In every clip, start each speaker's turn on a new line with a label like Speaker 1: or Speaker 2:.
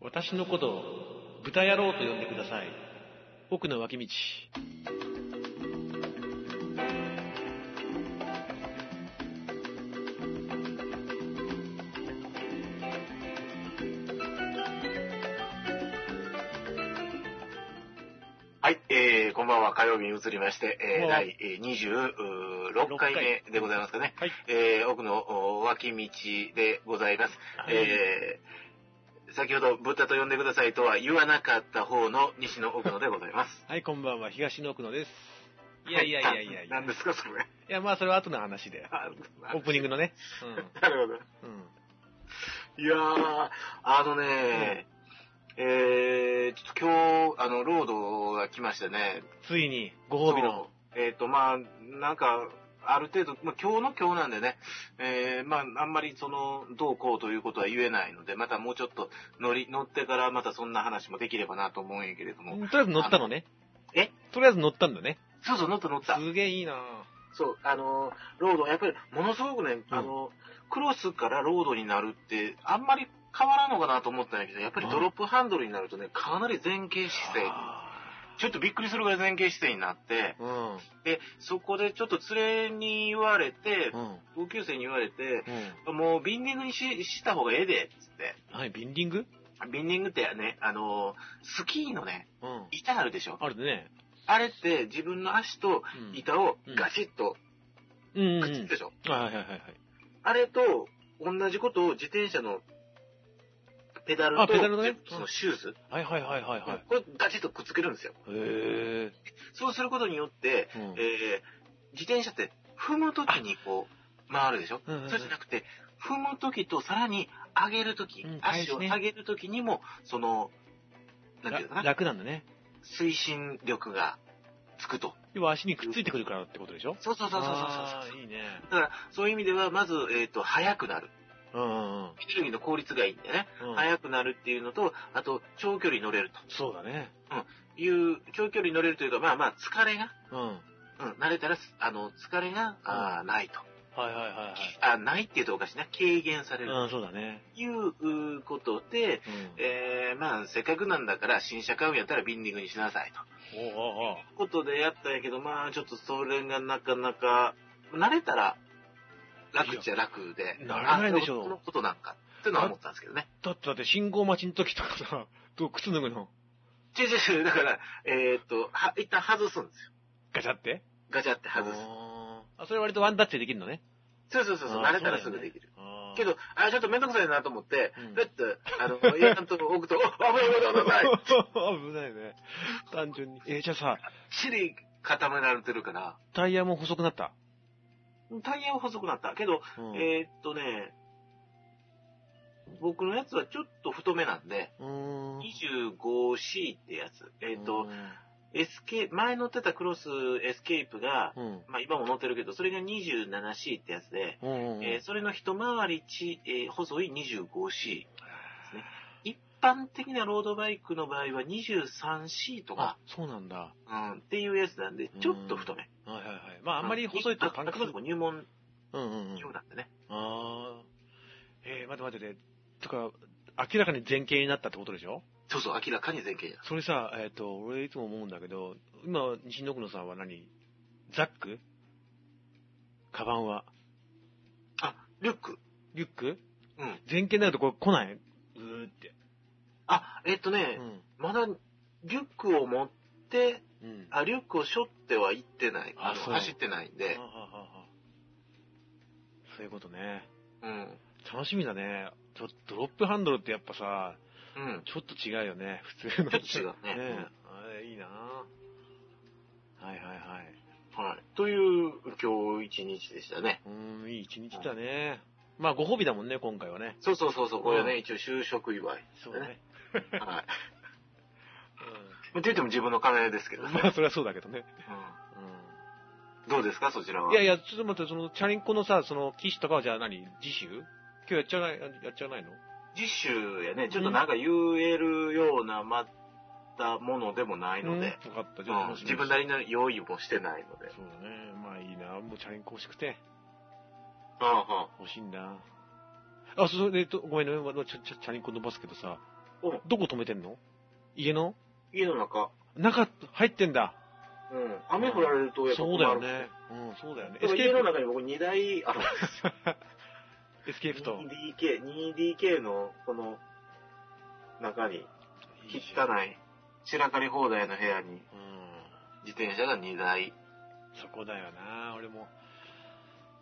Speaker 1: 私のことを豚野郎と呼んでください。奥の脇道。
Speaker 2: はい、えー、こんばんは、火曜日に移りまして、え
Speaker 1: こんばん
Speaker 2: ー、
Speaker 1: は
Speaker 2: 第えー26回目でございますかね。
Speaker 1: はい。
Speaker 2: えー、奥のお脇道でございます。えー、先ほど、豚と呼んでくださいとは言わなかった方の西の奥野でございます。
Speaker 1: はい、こんばんは、東の奥野です。いやいやいやいやいや。
Speaker 2: 何ですか、それ。
Speaker 1: いや、まあ、それは後の話で。
Speaker 2: あ
Speaker 1: オープニングのね。
Speaker 2: なるほど。
Speaker 1: うん。うん。
Speaker 2: いやー、あのね、えー、ちょっと今日、あの、ロードが来ましてね、
Speaker 1: ついに、ご褒美の。
Speaker 2: そう。えっ、と、まあ、なんか、ある程度、まあ、今日の今日なんでね、えーまあ、あんまりその、どうこうということは言えないので、またもうちょっと乗り、乗ってからまたそんな話もできればなと思うんやけれども。
Speaker 1: うんとりあえず乗ったのね。
Speaker 2: え
Speaker 1: とりあえず乗ったんだね。
Speaker 2: そうそう、乗った乗った。
Speaker 1: すげえいいなぁ
Speaker 2: そう、あのー、ロード、やっぱりものすごくね、あの、クロスからロードになるって、あんまり変わらんのかなと思ったんやけど、やっぱりドロップハンドルになるとね、かなり前傾姿勢。ちょっとびっくりするぐらい前傾姿勢になって、
Speaker 1: うん。
Speaker 2: で、そこでちょっと連れに言われて、
Speaker 1: うん。
Speaker 2: 同級生に言われて、
Speaker 1: うん。
Speaker 2: もうビンディングにしした方がええで、つって。
Speaker 1: はい、ビンディング
Speaker 2: ビンディングってね、あの、スキーのね、
Speaker 1: うん。
Speaker 2: 板あるでしょ。
Speaker 1: あるね。
Speaker 2: あれって自分の足と
Speaker 1: うん
Speaker 2: 板をガシッと
Speaker 1: うんうん
Speaker 2: く
Speaker 1: う
Speaker 2: っつ
Speaker 1: ん
Speaker 2: く。でしょ。
Speaker 1: はいはいはいはい。
Speaker 2: あれと同じことを自転車のペダルと
Speaker 1: あペダルのね
Speaker 2: そのシューズ、
Speaker 1: はいはいはいはいはい。
Speaker 2: これガチッとくっつけるんですよ。
Speaker 1: へえ。
Speaker 2: そうすることによって、
Speaker 1: うん
Speaker 2: えー自転車って踏むときにこう回るでしょ。
Speaker 1: うんうんうん
Speaker 2: そうじゃなくて、踏むときとさらに上げるとき、
Speaker 1: うん返し
Speaker 2: 足
Speaker 1: ね
Speaker 2: を上げるときにも、その、なんていう
Speaker 1: ら
Speaker 2: のかな、
Speaker 1: 楽なんだね。
Speaker 2: 推進力がつくと。
Speaker 1: 要は足にくっついてくるからってことでしょ
Speaker 2: そうそうそうそうそう
Speaker 1: あ
Speaker 2: そう。
Speaker 1: ーいいね。
Speaker 2: だから、そういう意味では、まず、えっ、と、速くなる。
Speaker 1: うんうん
Speaker 2: エネルギーの効率がいいんだよね。
Speaker 1: うんうん。
Speaker 2: 速くなるっていうのと、あと、長距離乗れる
Speaker 1: そうだね。
Speaker 2: という、長距離乗れるというか、まあまあ、疲れが、
Speaker 1: うん。はい
Speaker 2: うん、慣れたら、あの、疲れが、あーないと。
Speaker 1: はいはいは
Speaker 2: あ、ないっていうとおかしいな。軽減され
Speaker 1: い。
Speaker 2: る
Speaker 1: うん、そうだね。
Speaker 2: といううことで、
Speaker 1: うん。
Speaker 2: えー、まあ、せっかくなんだから、新車買うんやったらビンディングにしなさいと。
Speaker 1: おうおうおう
Speaker 2: ことでやったんやけど、まあ、ちょっとそれがなかなか、慣れたら、楽っちゃ楽で。
Speaker 1: いや慣れないでしょ
Speaker 2: あそのことなんか、っていうのは思ったんですけどね。
Speaker 1: だってだって信号待ちの時とかさ、 どう靴脱ぐの
Speaker 2: 違う違う違う、だから、えーっと、は、一旦外すんですよ。
Speaker 1: ガチャって
Speaker 2: ガチャって外す。
Speaker 1: あーあ、それ割とワンタッチでできるのね。
Speaker 2: そうそうそうそう、
Speaker 1: あー
Speaker 2: 慣れたらすぐできる。。け
Speaker 1: ど、
Speaker 2: ど、あー、ちょっとめんどくさいなと思って
Speaker 1: うん、
Speaker 2: だって、あの、家のとこ置くと、お危ない危ない危ない。
Speaker 1: 危ないね。単純に。えー、じゃあさ、
Speaker 2: チリ固められてるから、
Speaker 1: タイヤも細くなった。
Speaker 2: タイヤは細くなった。けど、
Speaker 1: うん
Speaker 2: えーっとね、僕のやつはちょっと太めなんで、
Speaker 1: うーん。
Speaker 2: 25C ってやつ。えーっと、
Speaker 1: う
Speaker 2: SK、前乗ってたクロスエスケープが、
Speaker 1: ん。
Speaker 2: まあ今も乗ってるけど、それが 27C ってやつで、
Speaker 1: うん。うん
Speaker 2: えーそれの一回りち、えー細い 25C ですね。一般的なロードバイクの場合は 23C と
Speaker 1: あ
Speaker 2: か、、
Speaker 1: そうなんだ。は
Speaker 2: うん、っていうやつなんで、ちょっと太め。
Speaker 1: いはいはい。まあ、あんまり細いとパンク
Speaker 2: あ
Speaker 1: す
Speaker 2: く
Speaker 1: る
Speaker 2: まで。も入
Speaker 1: う
Speaker 2: 門
Speaker 1: んうんうん。
Speaker 2: 用なんでね。
Speaker 1: ああ。えー、待って待ってて。とか、明らかに前傾になったってことでしょ
Speaker 2: そうそう、明らかに前傾や。
Speaker 1: それさ、えっ、と、俺いつも思うんだけど、今、西野久野さんは何ザックカバンは。
Speaker 2: あ、リュック。
Speaker 1: リュック
Speaker 2: うん。
Speaker 1: 前傾になるとこれ来ないうーって。
Speaker 2: あ、えっと
Speaker 1: う
Speaker 2: ね、
Speaker 1: ん。
Speaker 2: まだリュックを持って、
Speaker 1: うん。
Speaker 2: あ、リュックを背負っては行ってない。
Speaker 1: あ
Speaker 2: あの
Speaker 1: そう
Speaker 2: 走ってないんで
Speaker 1: は、はははそういうことね。
Speaker 2: うん。
Speaker 1: 楽しみだね。ちょっとドロップハンドルってやっぱさ、
Speaker 2: うん。
Speaker 1: ちょっと違うよね、普通の。
Speaker 2: ちょっと違 うね
Speaker 1: ねえあれいいなはいはいはい。
Speaker 2: はい。という、今日一日でしたね。
Speaker 1: うーん、いい一日だね。まあ、ご褒美だもんね、今回はね。
Speaker 2: そうそうそうそう、これは
Speaker 1: う
Speaker 2: ね、一応就職祝い。
Speaker 1: そうね。
Speaker 2: はい。って言っても自分の金ですけど
Speaker 1: うん、
Speaker 2: ね。
Speaker 1: まあ、それはそうだけどね。
Speaker 2: うんどうですか、そちら
Speaker 1: う
Speaker 2: は。
Speaker 1: ん、いやいや、ちょっと待って、その、チャリンコのさ、その、騎士とかはじゃあ何次週今日やっちゃわない、やっちゃわないの
Speaker 2: 実習やね、ちょっとなんか言えるような、またものでもないので、
Speaker 1: うんよかった、じ
Speaker 2: う
Speaker 1: ゃあ
Speaker 2: ん
Speaker 1: 楽しみ
Speaker 2: 自分なりの用意もしてないので。
Speaker 1: そうだね。まあいいな。もうチャリンコ欲しくて。
Speaker 2: うんうん
Speaker 1: 欲しいんだ。あ、そうそう、えっと、ごめんね。まあちょちょチャリンコ伸ばすけどさ、
Speaker 2: うん
Speaker 1: どこ止めてんの家の
Speaker 2: 家の中、
Speaker 1: 中、入ってんだ。
Speaker 2: うん、雨降られるとやっぱ
Speaker 1: そう
Speaker 2: 困
Speaker 1: だよ
Speaker 2: る。
Speaker 1: ね。うん、そうだよね。
Speaker 2: だ
Speaker 1: エ
Speaker 2: か
Speaker 1: ス
Speaker 2: ら
Speaker 1: ケー
Speaker 2: 家の
Speaker 1: プ。
Speaker 2: 中に僕2台あるんです
Speaker 1: エスケープと。
Speaker 2: 2DK、2DK のこの中に、
Speaker 1: いいじゃ
Speaker 2: 汚
Speaker 1: ん
Speaker 2: い、散らかり放題の部屋に
Speaker 1: うん。
Speaker 2: 自転車が2台。
Speaker 1: そこだよな、俺も。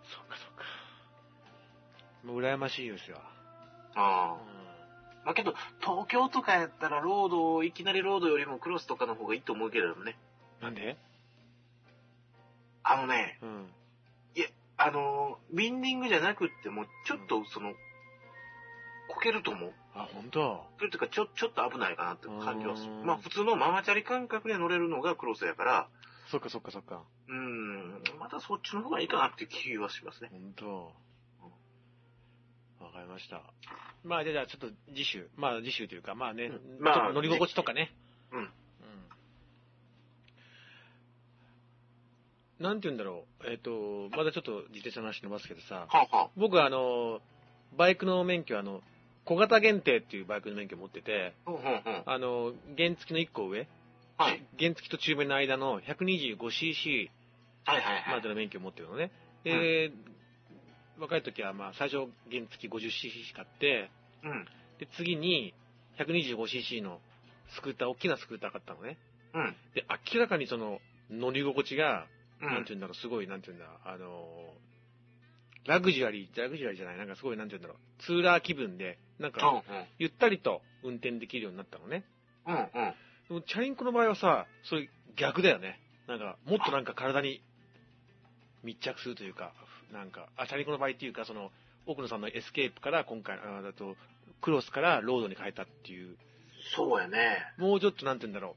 Speaker 1: そっかそっか。もう羨ましいですよ。う
Speaker 2: あ
Speaker 1: ん
Speaker 2: あ。まあけど、東京とかやったらロード、いきなりロードよりもクロスとかの方がいいと思うけれどもね。
Speaker 1: なんで
Speaker 2: あのね、
Speaker 1: うん。
Speaker 2: あのー、ビンディングじゃなくっても、ちょっとその、こけると思う。
Speaker 1: あ、本当。
Speaker 2: それというか、ちょ、ちょっと危ないかなって感じはする
Speaker 1: う。ん
Speaker 2: まあ普通のママチャリ感覚で乗れるのがクロスやから、
Speaker 1: そっかそっかそっか。
Speaker 2: うーん、またそっちの方がいいかなっていう気はしますね。
Speaker 1: 本当。わかりました。まあじゃあじゃあちょっと次週、まあ次週というか、まあね、
Speaker 2: うん
Speaker 1: ま
Speaker 2: まあ
Speaker 1: あ乗り心地とかね。
Speaker 2: うん
Speaker 1: うんなんて言うんだろう。えっ、と、まだちょっと自転車の話伸ばすけどさ、
Speaker 2: はあ、は
Speaker 1: 僕はあの、バイクの免許はあの、小型限定っていうバイクの免許を持ってて、
Speaker 2: あ、うんうんうん。
Speaker 1: あの、原付きの1個上、
Speaker 2: はい。
Speaker 1: 原付きと中面の間の 125cc
Speaker 2: はいはいは
Speaker 1: ま
Speaker 2: い
Speaker 1: で。の免許を持ってるのね。で、若い時はまあ最初原付き 50cc 買って、
Speaker 2: うん。
Speaker 1: で、次に 125cc のスクーター、大きなスクーター買ったのね。
Speaker 2: うん。
Speaker 1: で、明らかにその乗り心地が、
Speaker 2: う
Speaker 1: なんて言う
Speaker 2: ん。
Speaker 1: んだろう、すごい、なんて言うんだ、あのーラグジュアリー、ラグジュアリーじゃない、なんかすごい、なんて言うんだろう、ツーラー気分で、なん
Speaker 2: うん
Speaker 1: か、ゆったりと運転できるようになったのね。
Speaker 2: うん。うんうん。
Speaker 1: でも、チャリンコの場合はさ、それ逆だよね。なんか、もっとなんか体に密着するというか、なんか、あ、チャリンコの場合っていうか、その、奥野さんのエスケープから今回、あだと、クロスからロードに変えたっていう、
Speaker 2: そうやね。
Speaker 1: もうちょっとなんて言うんだろう、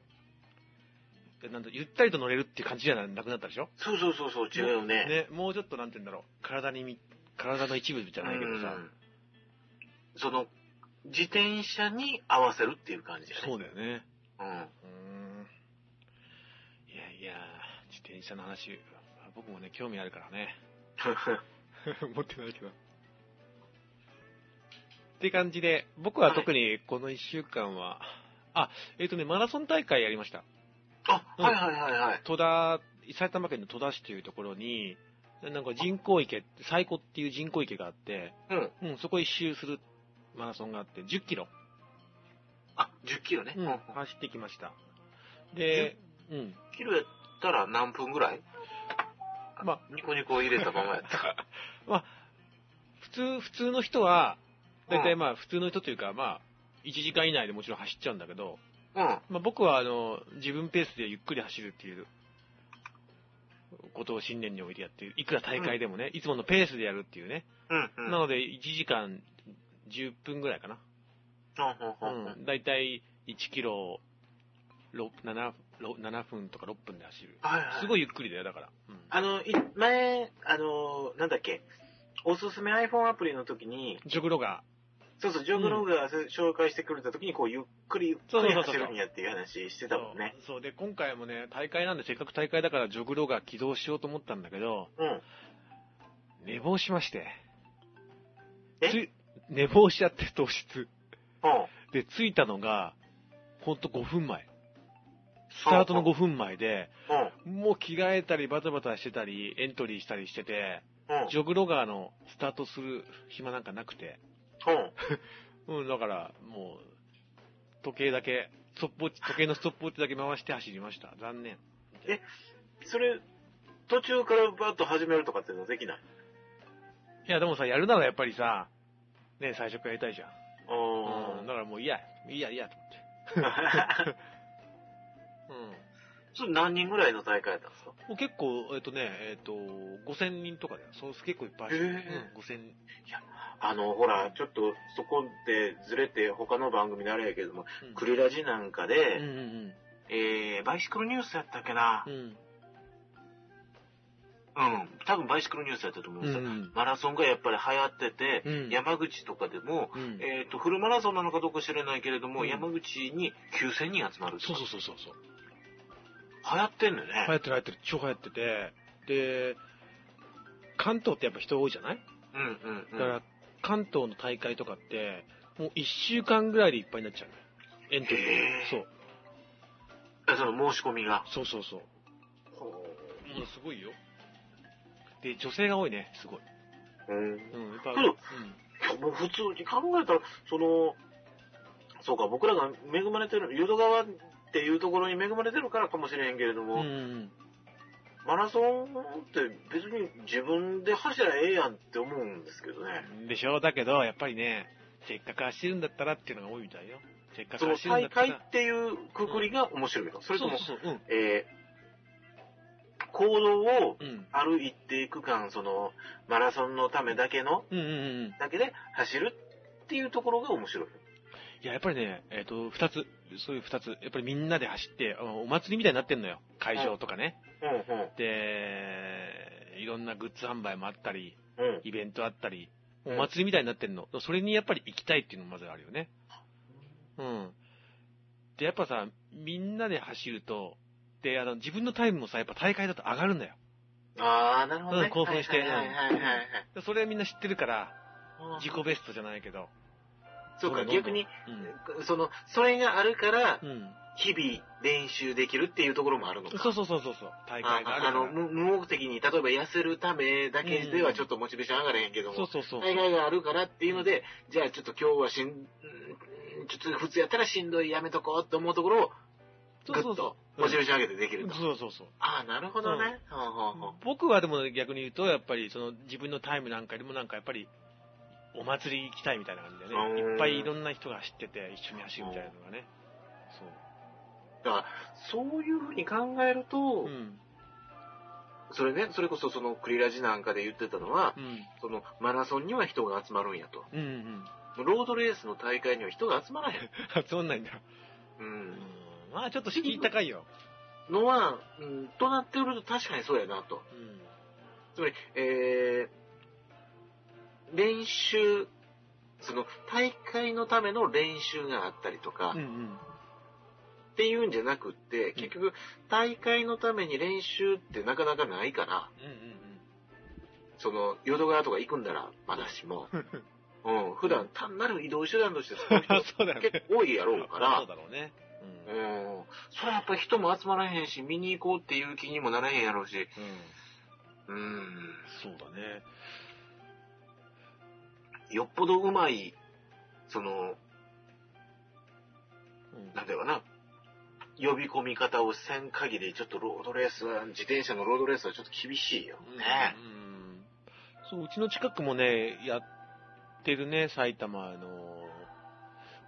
Speaker 1: えなんだゆったりと乗れるっていう感じじゃなくなったでしょ
Speaker 2: そうそうそうそう、違うよね。
Speaker 1: ね、もうちょっとなんて言うんだろう、体にみ、体の一部じゃないけどさ
Speaker 2: う、んその、自転車に合わせるっていう感じやね。
Speaker 1: そうだよね。
Speaker 2: うん。
Speaker 1: うーん。いやいや、自転車の話、僕もね、興味あるからね。 持ってないけど。って感じで、僕は特にこの1週間は、あ、えっ、とね、マラソン大会やりました。
Speaker 2: あ、はいはいはいはい。
Speaker 1: 戸田、埼玉県の戸田市というところに、なんか人工池、最古っていう人工池があって、
Speaker 2: うん。
Speaker 1: うん、そこ一周するマラソンがあって、10キロ。
Speaker 2: あ、10キロね。
Speaker 1: うん、 走ってきました。で、うん。
Speaker 2: 10キロやったら何分ぐらい
Speaker 1: まあ、
Speaker 2: ニコニコ入れたまま やった。
Speaker 1: 普通、普通の人は、だいたい
Speaker 2: うん
Speaker 1: まあ、普通の人というか、まあ、1時間以内でもちろん走っちゃうんだけど、
Speaker 2: うん。
Speaker 1: まあ、僕は、あの、自分ペースでゆっくり走るっていう、ことを信念に置いてやっていくら大会でもね、いつものペースでやるっていうね。
Speaker 2: うん。うん。
Speaker 1: なので、1時間10分ぐらいかな。
Speaker 2: うんうんうん
Speaker 1: うん。だいたい1キロろ7、ろ7分とか6分で走る。
Speaker 2: はいはい。
Speaker 1: すごいゆっくりだよ、だから。うん
Speaker 2: あの、い前、あの、なんだっけ、おすすめ iPhone アプリの時に、
Speaker 1: ジョグロが
Speaker 2: そうそう、ジョグログが紹介してくれた時に、こう、ゆっくり、ゆっ
Speaker 1: そうそう
Speaker 2: くり
Speaker 1: そうそう
Speaker 2: 走るんやっていう話してたもんね。
Speaker 1: そうそうで今回もね大会なんでせっかく大会だからジョグロが起動しようと思ったんだけど
Speaker 2: うん。
Speaker 1: 寝坊しまして
Speaker 2: え
Speaker 1: つい寝坊しちゃって当日
Speaker 2: うん。
Speaker 1: で着いたのがほんと5分前スタートの5分前で
Speaker 2: うん。
Speaker 1: もう着替えたりバタバタしてたりエントリーしたりしてて
Speaker 2: うん。
Speaker 1: ジョグロガーのスタートする暇なんかなくて
Speaker 2: うん。
Speaker 1: うんだからもう時計だけストップウォッチ時計のストップウォッチだけ回して走りました残念
Speaker 2: それ、途中からバッと始めるとかっていうのできない
Speaker 1: いや、でもさ、やるならやっぱりさ、ね、最初からやりたいじゃん。
Speaker 2: あ
Speaker 1: うんだからもういいや、いいや、いいや、と思
Speaker 2: あ。
Speaker 1: って。
Speaker 2: それ何人ぐらいの大会だったんですか
Speaker 1: うん。もう結構、えっとね、えっと、5000人とかだよ。そう、結構いっぱい走ってる。
Speaker 2: へ
Speaker 1: うん、5000人。
Speaker 2: あの、ほら、ちょっと、そこでずれて、他の番組であれやけども、
Speaker 1: うん
Speaker 2: クリラジなんか
Speaker 1: うん
Speaker 2: で、
Speaker 1: うん
Speaker 2: えー、バイシクルニュースやったっけな
Speaker 1: う。ん。
Speaker 2: うん。多分バイシクルニュースやったと思うん
Speaker 1: う
Speaker 2: で
Speaker 1: ん。
Speaker 2: す
Speaker 1: う
Speaker 2: よ。
Speaker 1: ん。
Speaker 2: マラソンがやっぱり流行ってて、
Speaker 1: うん
Speaker 2: 山口とかでも、
Speaker 1: うん
Speaker 2: えっ、と、フルマラソンなのかどうか知らないけれども、
Speaker 1: うん
Speaker 2: 山口に9000人集まると
Speaker 1: そうそ
Speaker 2: か
Speaker 1: うそうそうそう。
Speaker 2: 流行ってんのよ
Speaker 1: 流行
Speaker 2: ね。
Speaker 1: ってる流行ってる。超流行ってて。で、関東ってやっぱ人多いじゃない
Speaker 2: うんうんう
Speaker 1: だ
Speaker 2: ん。
Speaker 1: から、関東の大会とかって、もう1週間ぐらいでいっぱいになっちゃうのよ。エントリーを
Speaker 2: へー
Speaker 1: そう
Speaker 2: あその申し込みが。
Speaker 1: そうそうそううんすごいよで女性が多いねすごい、
Speaker 2: うん
Speaker 1: うん、やっぱ、
Speaker 2: うんもう普通に考えたら、その、そうか、僕らが恵まれてる、淀川っていうところに恵まれてるからかもしれんけれど
Speaker 1: うん
Speaker 2: も、
Speaker 1: うん
Speaker 2: マラソンって別に自分で走りゃええやんって思うんですけどね。
Speaker 1: うんでしょだけどやっぱりねせっかく走るんだったらっていうのが多いみたいよせっかく
Speaker 2: その
Speaker 1: 走るんだ
Speaker 2: 大
Speaker 1: った
Speaker 2: 会
Speaker 1: ら
Speaker 2: っていうくくりが面白いの。それとも、
Speaker 1: そうそうそう
Speaker 2: えー行動を
Speaker 1: うんうん
Speaker 2: ある一定区間、その、マラソンのためだけの、
Speaker 1: うんうんうんうん
Speaker 2: だけで走るっていうところが面白い。
Speaker 1: いややっぱりねえっ、と二つそういう二つやっぱりみんなで走ってあのお祭りみたいになってんのよ会場とかね、
Speaker 2: うんうん。
Speaker 1: でいろんなグッズ販売もあったり
Speaker 2: うん。
Speaker 1: イベントあったりお
Speaker 2: うん
Speaker 1: 祭りみたいになってんの、それにやっぱり行きたいっていうのもまずあるよねうんでやっぱさみんなで走るとであの自分のタイムもさやっぱ大会だと上がるんだよ
Speaker 2: ああ、なるほど、ね
Speaker 1: うん興奮して
Speaker 2: はいはいはいはいはい
Speaker 1: でそれみんな知ってるから
Speaker 2: はい。
Speaker 1: 自己ベストじゃないけど
Speaker 2: そうか、
Speaker 1: どんどん
Speaker 2: 逆に、その、それがあるから、
Speaker 1: うん、うん、
Speaker 2: 日々練習できるっていうところもあるのか。
Speaker 1: そうそうそうそうそう大会
Speaker 2: あ
Speaker 1: がある
Speaker 2: ああ
Speaker 1: か
Speaker 2: の、
Speaker 1: ら
Speaker 2: 無無目的に、例えば痩せるためだけではちょっとモチベーション上がれへんけども、
Speaker 1: そうそうそう
Speaker 2: 大会があるからっていうので、じゃあちょっと今日はしん、うんちょっと普通やったらしんどいやめとこうと思うところを、
Speaker 1: そ
Speaker 2: ぐ
Speaker 1: う
Speaker 2: っ
Speaker 1: そう
Speaker 2: と
Speaker 1: そ
Speaker 2: モチベーション上げてでき
Speaker 1: う
Speaker 2: る
Speaker 1: うん
Speaker 2: と。
Speaker 1: そうそうそう
Speaker 2: ああ、なるほどね。ほうほうほう
Speaker 1: 僕はでも逆に言うとやっぱりその自分のタイムなんかよりもなんかやっぱりお祭り行きたいみたいな感じだよね
Speaker 2: うん
Speaker 1: いっぱいいろんな人が走ってて一緒に走るみたいなのがねそ
Speaker 2: だから、そういうふうに考えると、
Speaker 1: ううん
Speaker 2: それね、それこそそのクリラジなんかで言ってたのは
Speaker 1: う、ん
Speaker 2: そのマラソンには人が集まるんやと。
Speaker 1: うんうん
Speaker 2: ロードレースの大会には人が集まらへん。
Speaker 1: 集まんないんだ
Speaker 2: う
Speaker 1: うん
Speaker 2: ん。
Speaker 1: まあちょっと敷居高いよ
Speaker 2: のは、うん、となってくると確かにそうやなと。
Speaker 1: うん
Speaker 2: つまり、えー、練習、その大会のための練習があったりとか
Speaker 1: うん、うん
Speaker 2: っていうんじゃなくって、結局、大会のために練習ってなかなかないから、
Speaker 1: うん
Speaker 2: その、淀川とか行くんなら、まだしも、
Speaker 1: うんうん
Speaker 2: うん、普段単なる移動手段として使う人
Speaker 1: そうだよ
Speaker 2: 結
Speaker 1: ね
Speaker 2: 構多いやろうか
Speaker 1: そ
Speaker 2: ら
Speaker 1: う、だろうねうん
Speaker 2: うん、それはやっぱり人も集まらへんし、見に行こうっていう気にもならへんやろうし、
Speaker 1: うん
Speaker 2: うん、
Speaker 1: そうだね
Speaker 2: よっぽどうまい、その、
Speaker 1: うん
Speaker 2: なんだろうな、呼び込み方をせん限り、ちょっとロードレースは、自転車のロードレースはちょっと厳しいよね。
Speaker 1: うんそう、うちの近くもね、やってるね、埼玉の、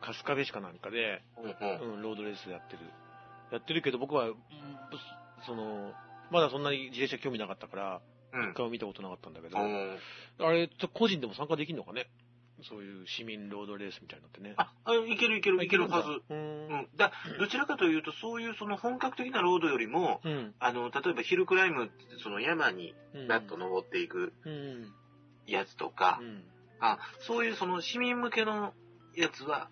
Speaker 1: 春日部市かなんかで、
Speaker 2: うんうん。
Speaker 1: うん、ロードレースやってる。やってるけど、僕は、うんその、まだそんなに自転車興味なかったから、
Speaker 2: うん
Speaker 1: 一回も見たことなかったんだけど、
Speaker 2: うん、
Speaker 1: あれ、個人でも参加できるのかねそういう市民ロードレースみたいなのってね。
Speaker 2: あ、あいけるいけるいけるはず。
Speaker 1: う。
Speaker 2: うんん。だ、どちらかというと、そういうその本格的なロードよりも、
Speaker 1: うん。
Speaker 2: あの、例えばヒルクライム、その山に
Speaker 1: うん。
Speaker 2: ラッと登っていく
Speaker 1: うん。うん。
Speaker 2: やつとか
Speaker 1: う、ん。
Speaker 2: あ、そういうその市民向けのやつは、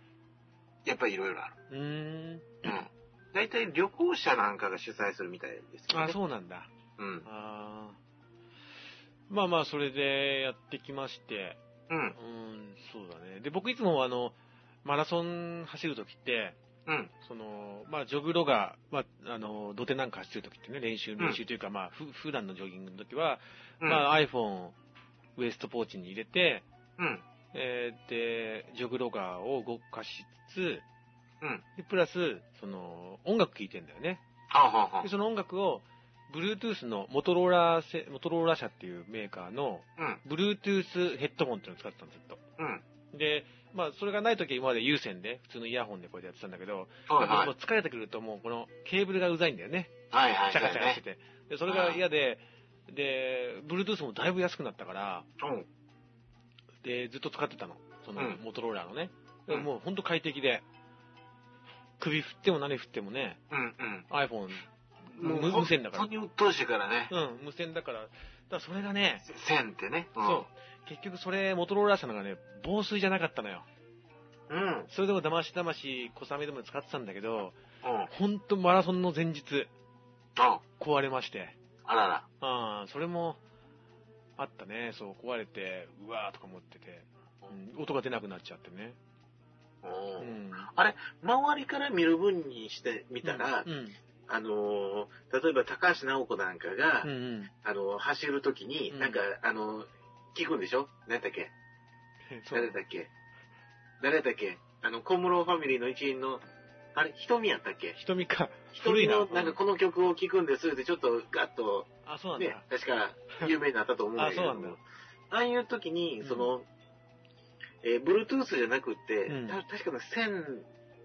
Speaker 2: やっぱりいろいろあ
Speaker 1: う
Speaker 2: る。
Speaker 1: ん。
Speaker 2: うん。大体旅行者なんかが主催するみたいですけど、
Speaker 1: あ、
Speaker 2: ね。
Speaker 1: そうなんだ。
Speaker 2: うん。
Speaker 1: あーまあまあ、それでやってきまして、
Speaker 2: うん
Speaker 1: う。ーん、そうだね。で、僕いつもあの、マラソン走るときって、
Speaker 2: うん。
Speaker 1: その、まあ、ジョグロが、まあ、あの、土手なんか走るときってね、練習、練習というか、まあ、ふ、普段のジョギングのときは、
Speaker 2: うん。
Speaker 1: まあ、iPhone をウエストポーチに入れて、
Speaker 2: うん。
Speaker 1: えーで、ジョグロガーを動かしつつ、
Speaker 2: うん。
Speaker 1: で、プラス、その、音楽聴いてんだよね。
Speaker 2: あはあは
Speaker 1: で、その音楽を、Bluetooth のモトローラせ、モトローラ社っていうメーカーの、
Speaker 2: あ。うん。
Speaker 1: Bluetooth ヘッドホンっていうのを使ってたんですずっと。
Speaker 2: うん。
Speaker 1: で、まあ、それがない時は今まで有線で、普通のイヤホンでこうやってやってたんだけど、
Speaker 2: はいはい
Speaker 1: もう。疲れてくるともうこのケーブルがうざいんだよね。
Speaker 2: はいはい。
Speaker 1: チャカチャカして
Speaker 2: て。
Speaker 1: て。で、それが嫌で、で、Bluetooth もだいぶ安くなったから、
Speaker 2: うん。
Speaker 1: で、ずっと使ってたの。その
Speaker 2: うん、
Speaker 1: モトローラのね。
Speaker 2: うん
Speaker 1: でももうほんと快適で、首振っても何振ってもね、
Speaker 2: うん。
Speaker 1: iPhone、
Speaker 2: うん。
Speaker 1: 無無線だから
Speaker 2: 本当に鬱陶しいからね。
Speaker 1: うん、無線だから、だからそれがね、
Speaker 2: 線ってね。ん
Speaker 1: そう。、結局それ、モトローラ社のがね、防水じゃなかったのよ。
Speaker 2: うん。うん。
Speaker 1: それでも騙し騙し、小雨でも使ってたんだけど、ほんとマラソンの前日、
Speaker 2: あ
Speaker 1: 壊れまして。
Speaker 2: あらら。
Speaker 1: ああ、それも、あったね。そう、壊れて、うわーとか思ってて、うん音が出なくなっちゃってね。
Speaker 2: お
Speaker 1: う
Speaker 2: ー
Speaker 1: ん。
Speaker 2: 周りから見る分にしてみたら、
Speaker 1: うん。
Speaker 2: あのー例えば高橋尚子なんかが、
Speaker 1: うんうん。
Speaker 2: あのー走るときに、
Speaker 1: うん
Speaker 2: なんか、あのー聞くんでしょ何だっけ
Speaker 1: そう
Speaker 2: 誰だっけ誰だっけあの、小室ファミリーの一員の、あれ瞳やったっけ
Speaker 1: 瞳か。古い
Speaker 2: 瞳
Speaker 1: な。
Speaker 2: の、なんかこの曲を聴くんですって、ちょっとガッと、
Speaker 1: あ、そうなん
Speaker 2: ね
Speaker 1: だ。、
Speaker 2: 確か有名になったと思うんだけど
Speaker 1: あそうなんだ
Speaker 2: も、ああいう時に
Speaker 1: う、ん
Speaker 2: その、えー Bluetooth じゃなくって、
Speaker 1: うん
Speaker 2: た確かの1000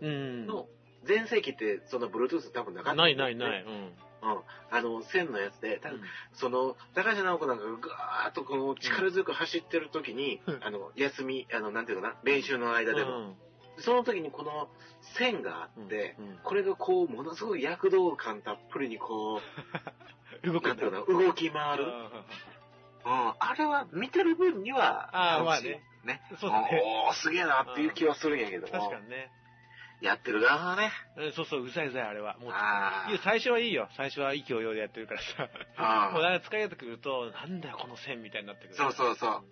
Speaker 1: うん。
Speaker 2: の、全盛期って、その Bluetooth 多分なかった、。
Speaker 1: ないないないい。うん。
Speaker 2: うん。あの、1000のやつで、多分その、高橋直子なんかがガーッとこの力強く走ってる時に、
Speaker 1: うん
Speaker 2: あの、休み、あの、なんていうかな、練習の間でも、その時にこの線があ
Speaker 1: うん。
Speaker 2: って、
Speaker 1: うん
Speaker 2: これがこう、ものすごい躍動感たっぷりにこ
Speaker 1: 動
Speaker 2: う、
Speaker 1: く
Speaker 2: な
Speaker 1: だ
Speaker 2: んんていうかな、動き回る。うん、
Speaker 1: あ
Speaker 2: あれは見てる分には、
Speaker 1: あー、まあ
Speaker 2: 楽しい
Speaker 1: ね。。
Speaker 2: ね。
Speaker 1: そうだね。
Speaker 2: おー、すげえなっていう気はするんやけど
Speaker 1: 確
Speaker 2: も
Speaker 1: か。にね。
Speaker 2: やってる側はね。
Speaker 1: うんそうそう、うざいうざい、あれは。もう、
Speaker 2: あ
Speaker 1: いや、最初はいいよ。最初は意気揚々でやってるからさ。
Speaker 2: あ。あ
Speaker 1: もう
Speaker 2: あ。
Speaker 1: なんか疲れてくると、なんだよ、この線みたいになってくる。
Speaker 2: そうそうそう。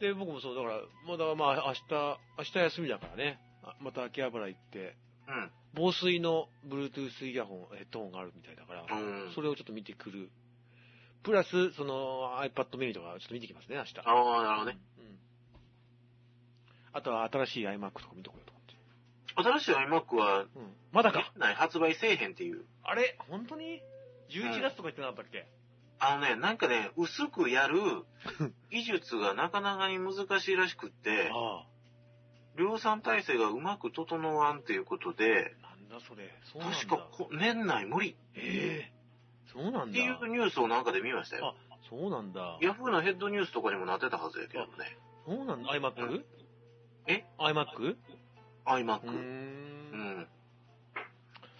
Speaker 1: で、僕もそう、だから、まだまあ、明日、明日休みだからね。あまた秋葉原行って、
Speaker 2: うん。
Speaker 1: 防水の Bluetooth イヤホン、ヘッドホンがあるみたいだから、
Speaker 2: うん。
Speaker 1: それをちょっと見てくる。プラス、その iPad mini とかちょっと見てきますね、明日。
Speaker 2: ああ、なるほどね。
Speaker 1: うん。あとは新しい iMac とか見とこようと思って。
Speaker 2: 新しい iMac は、
Speaker 1: うん。まだ
Speaker 2: 年
Speaker 1: か
Speaker 2: 内発売せえへんっていう。
Speaker 1: あれ本当に
Speaker 2: う
Speaker 1: ?11
Speaker 2: ん
Speaker 1: 月とか言ってなかったっけ、
Speaker 2: あのね、なんかね、薄くや る技術がなかなかに難しいらしくって、
Speaker 1: あ
Speaker 2: 量産体制がうまく整わんということで
Speaker 1: あ、、なんだそれ。そうなんだ。
Speaker 2: 確かこ年内無理
Speaker 1: ええそうなんだ。
Speaker 2: っていうニュースをなんかで見ましたよ。
Speaker 1: そうなんだ。
Speaker 2: ヤフーのヘッドニュースとかにもなってたはずやけどね。
Speaker 1: そうなんだ。iMac?、
Speaker 2: うえ
Speaker 1: ?iMac? うー。
Speaker 2: iMac。うんん。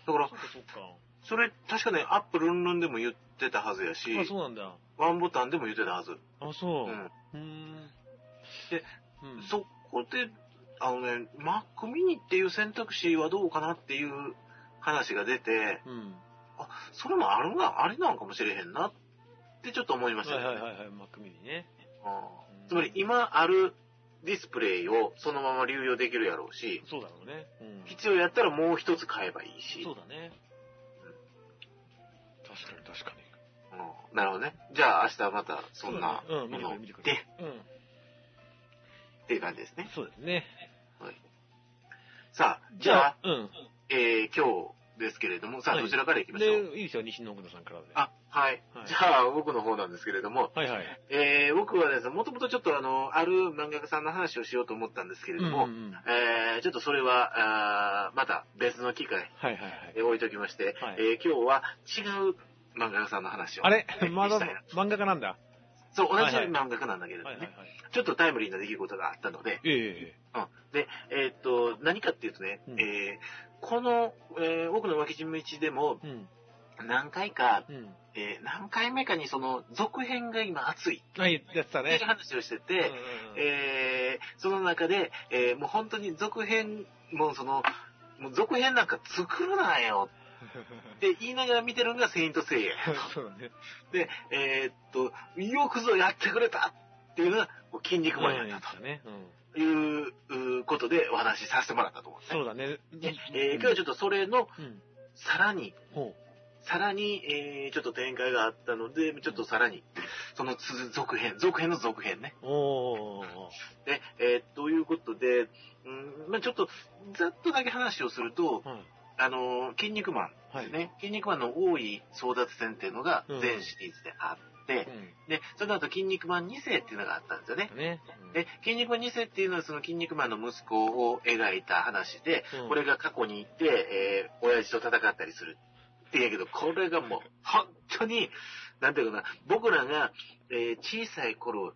Speaker 2: だから
Speaker 1: そ、っかそっか。
Speaker 2: それ確かね、アップルンルンでも言ってたはずやし、
Speaker 1: あ、そうなんだ。
Speaker 2: ワンボタンでも言ってたはず。
Speaker 1: あ、そうう。
Speaker 2: ん。
Speaker 1: うーん。
Speaker 2: で、
Speaker 1: うん、
Speaker 2: そこで、あのね、Mac mini っていう選択肢はどうかなっていう話が出て、
Speaker 1: うん。
Speaker 2: それもあるな、ありなんかもしれへんなってちょっと思いま
Speaker 1: は
Speaker 2: し
Speaker 1: い
Speaker 2: た
Speaker 1: は
Speaker 2: ね。
Speaker 1: いはいはい、Mac mini ね。
Speaker 2: うんつまり今あるディスプレイをそのまま流用できるやろうし、
Speaker 1: そうだろうね。うん。
Speaker 2: 必要やったらもう一つ買えばいいし。
Speaker 1: そうだね。確かに確かに。
Speaker 2: うんなるほどね。じゃあ明日またそんな
Speaker 1: うだねうん、見て
Speaker 2: も
Speaker 1: く
Speaker 2: の
Speaker 1: れ、
Speaker 2: っ
Speaker 1: 見てく
Speaker 2: て
Speaker 1: れ。うん。
Speaker 2: っていう感じですね。
Speaker 1: そうですね。
Speaker 2: さあ、じゃあ、、
Speaker 1: うん。
Speaker 2: えー今日ですけれども、さあ、
Speaker 1: はい
Speaker 2: どちらから行きましょう。
Speaker 1: で、いいですよ、西野奥野さんからで。
Speaker 2: あ、はい
Speaker 1: はい。
Speaker 2: じゃあ、僕の方なんですけれども、
Speaker 1: はいはい。
Speaker 2: えー僕はですね、もともとちょっとあの、ある漫画家さんの話をしようと思ったんですけれども、
Speaker 1: うんうんうん
Speaker 2: えーちょっとそれは、あーまた別の機会
Speaker 1: はいはいはい
Speaker 2: え。ー置いときまして、
Speaker 1: はい
Speaker 2: えー今日は違う漫画家さんの話を。
Speaker 1: あれ
Speaker 2: はい
Speaker 1: まだ
Speaker 2: したいな
Speaker 1: 漫画家なんだ。
Speaker 2: そう、同じ
Speaker 1: はいはい
Speaker 2: 漫画家なんだけれど
Speaker 1: は
Speaker 2: も
Speaker 1: い
Speaker 2: ね、
Speaker 1: はいはい。
Speaker 2: ちょっとタイムリーな出来事があったので、
Speaker 1: ええ
Speaker 2: うん、で、えーっと、何かっていうとね、
Speaker 1: うん
Speaker 2: えーこの、えー僕の脇島一でも
Speaker 1: ええ。うん。
Speaker 2: 何回か、
Speaker 1: うん。
Speaker 2: えー何回目かにその続編が今熱い
Speaker 1: はい、やってた
Speaker 2: ってい
Speaker 1: ね
Speaker 2: う。話をしてて、
Speaker 1: うんうんうん
Speaker 2: えーその中で、えーもう本当に続編、もうその、もう続編なんか作るなよって言いながら見てるのがセイントセイヤ。
Speaker 1: そうだね。
Speaker 2: で、えーっと、よくぞやってくれたっていうのが、こう筋肉マンや
Speaker 1: や
Speaker 2: っ
Speaker 1: ったたね。うん。
Speaker 2: といううーことでお話しさせてもらったと思うんですね。
Speaker 1: そうだね。
Speaker 2: でえー今日はちょっとそれの、
Speaker 1: うん。
Speaker 2: さらに、
Speaker 1: ほ
Speaker 2: さらに、えーちょっと展開があったので、ちょっとさらに、その続続編、続編の続編ね。
Speaker 1: う。おー。
Speaker 2: で、えーということで、うんまあ、ちょっと、ざっとだけ話をすると、
Speaker 1: はい。
Speaker 2: あのー筋肉マン
Speaker 1: は
Speaker 2: で
Speaker 1: い。
Speaker 2: すね、筋肉マンの多い争奪戦っていうのが
Speaker 1: うん
Speaker 2: 全シリーズであって、
Speaker 1: うん。
Speaker 2: で、その後筋肉マン2世っていうのがあったんですよね。
Speaker 1: ね。
Speaker 2: で、筋肉マン2世っていうのはその筋肉マンの息子を描いた話で、
Speaker 1: うん、
Speaker 2: これが過去に行って、えー親父と戦ったりする。ってやけど、これがもう、本当に、なんていうかな、僕らが、えー小さい頃、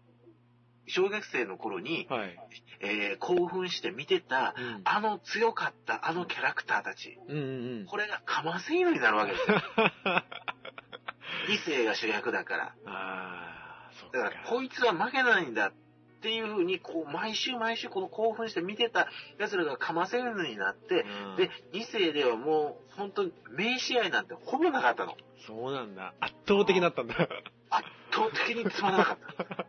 Speaker 2: 小学生の頃に、
Speaker 1: はい。
Speaker 2: えー興奮して見てた、
Speaker 1: うん。
Speaker 2: あの強かった、あのキャラクターたち。
Speaker 1: うんうんうん。
Speaker 2: これがカマセイノになるわけですよ。理性が主役だから。
Speaker 1: ああ、そっか。
Speaker 2: だから、こいつは負けないんだっていうふうに、こう、毎週毎週この興奮して見てた奴らがかませるになって、
Speaker 1: うん
Speaker 2: で、2世ではもう、本当に名試合なんてほぼなかったの。
Speaker 1: そうなんだ。圧倒的だったんだ。
Speaker 2: 圧倒的につまらなかった。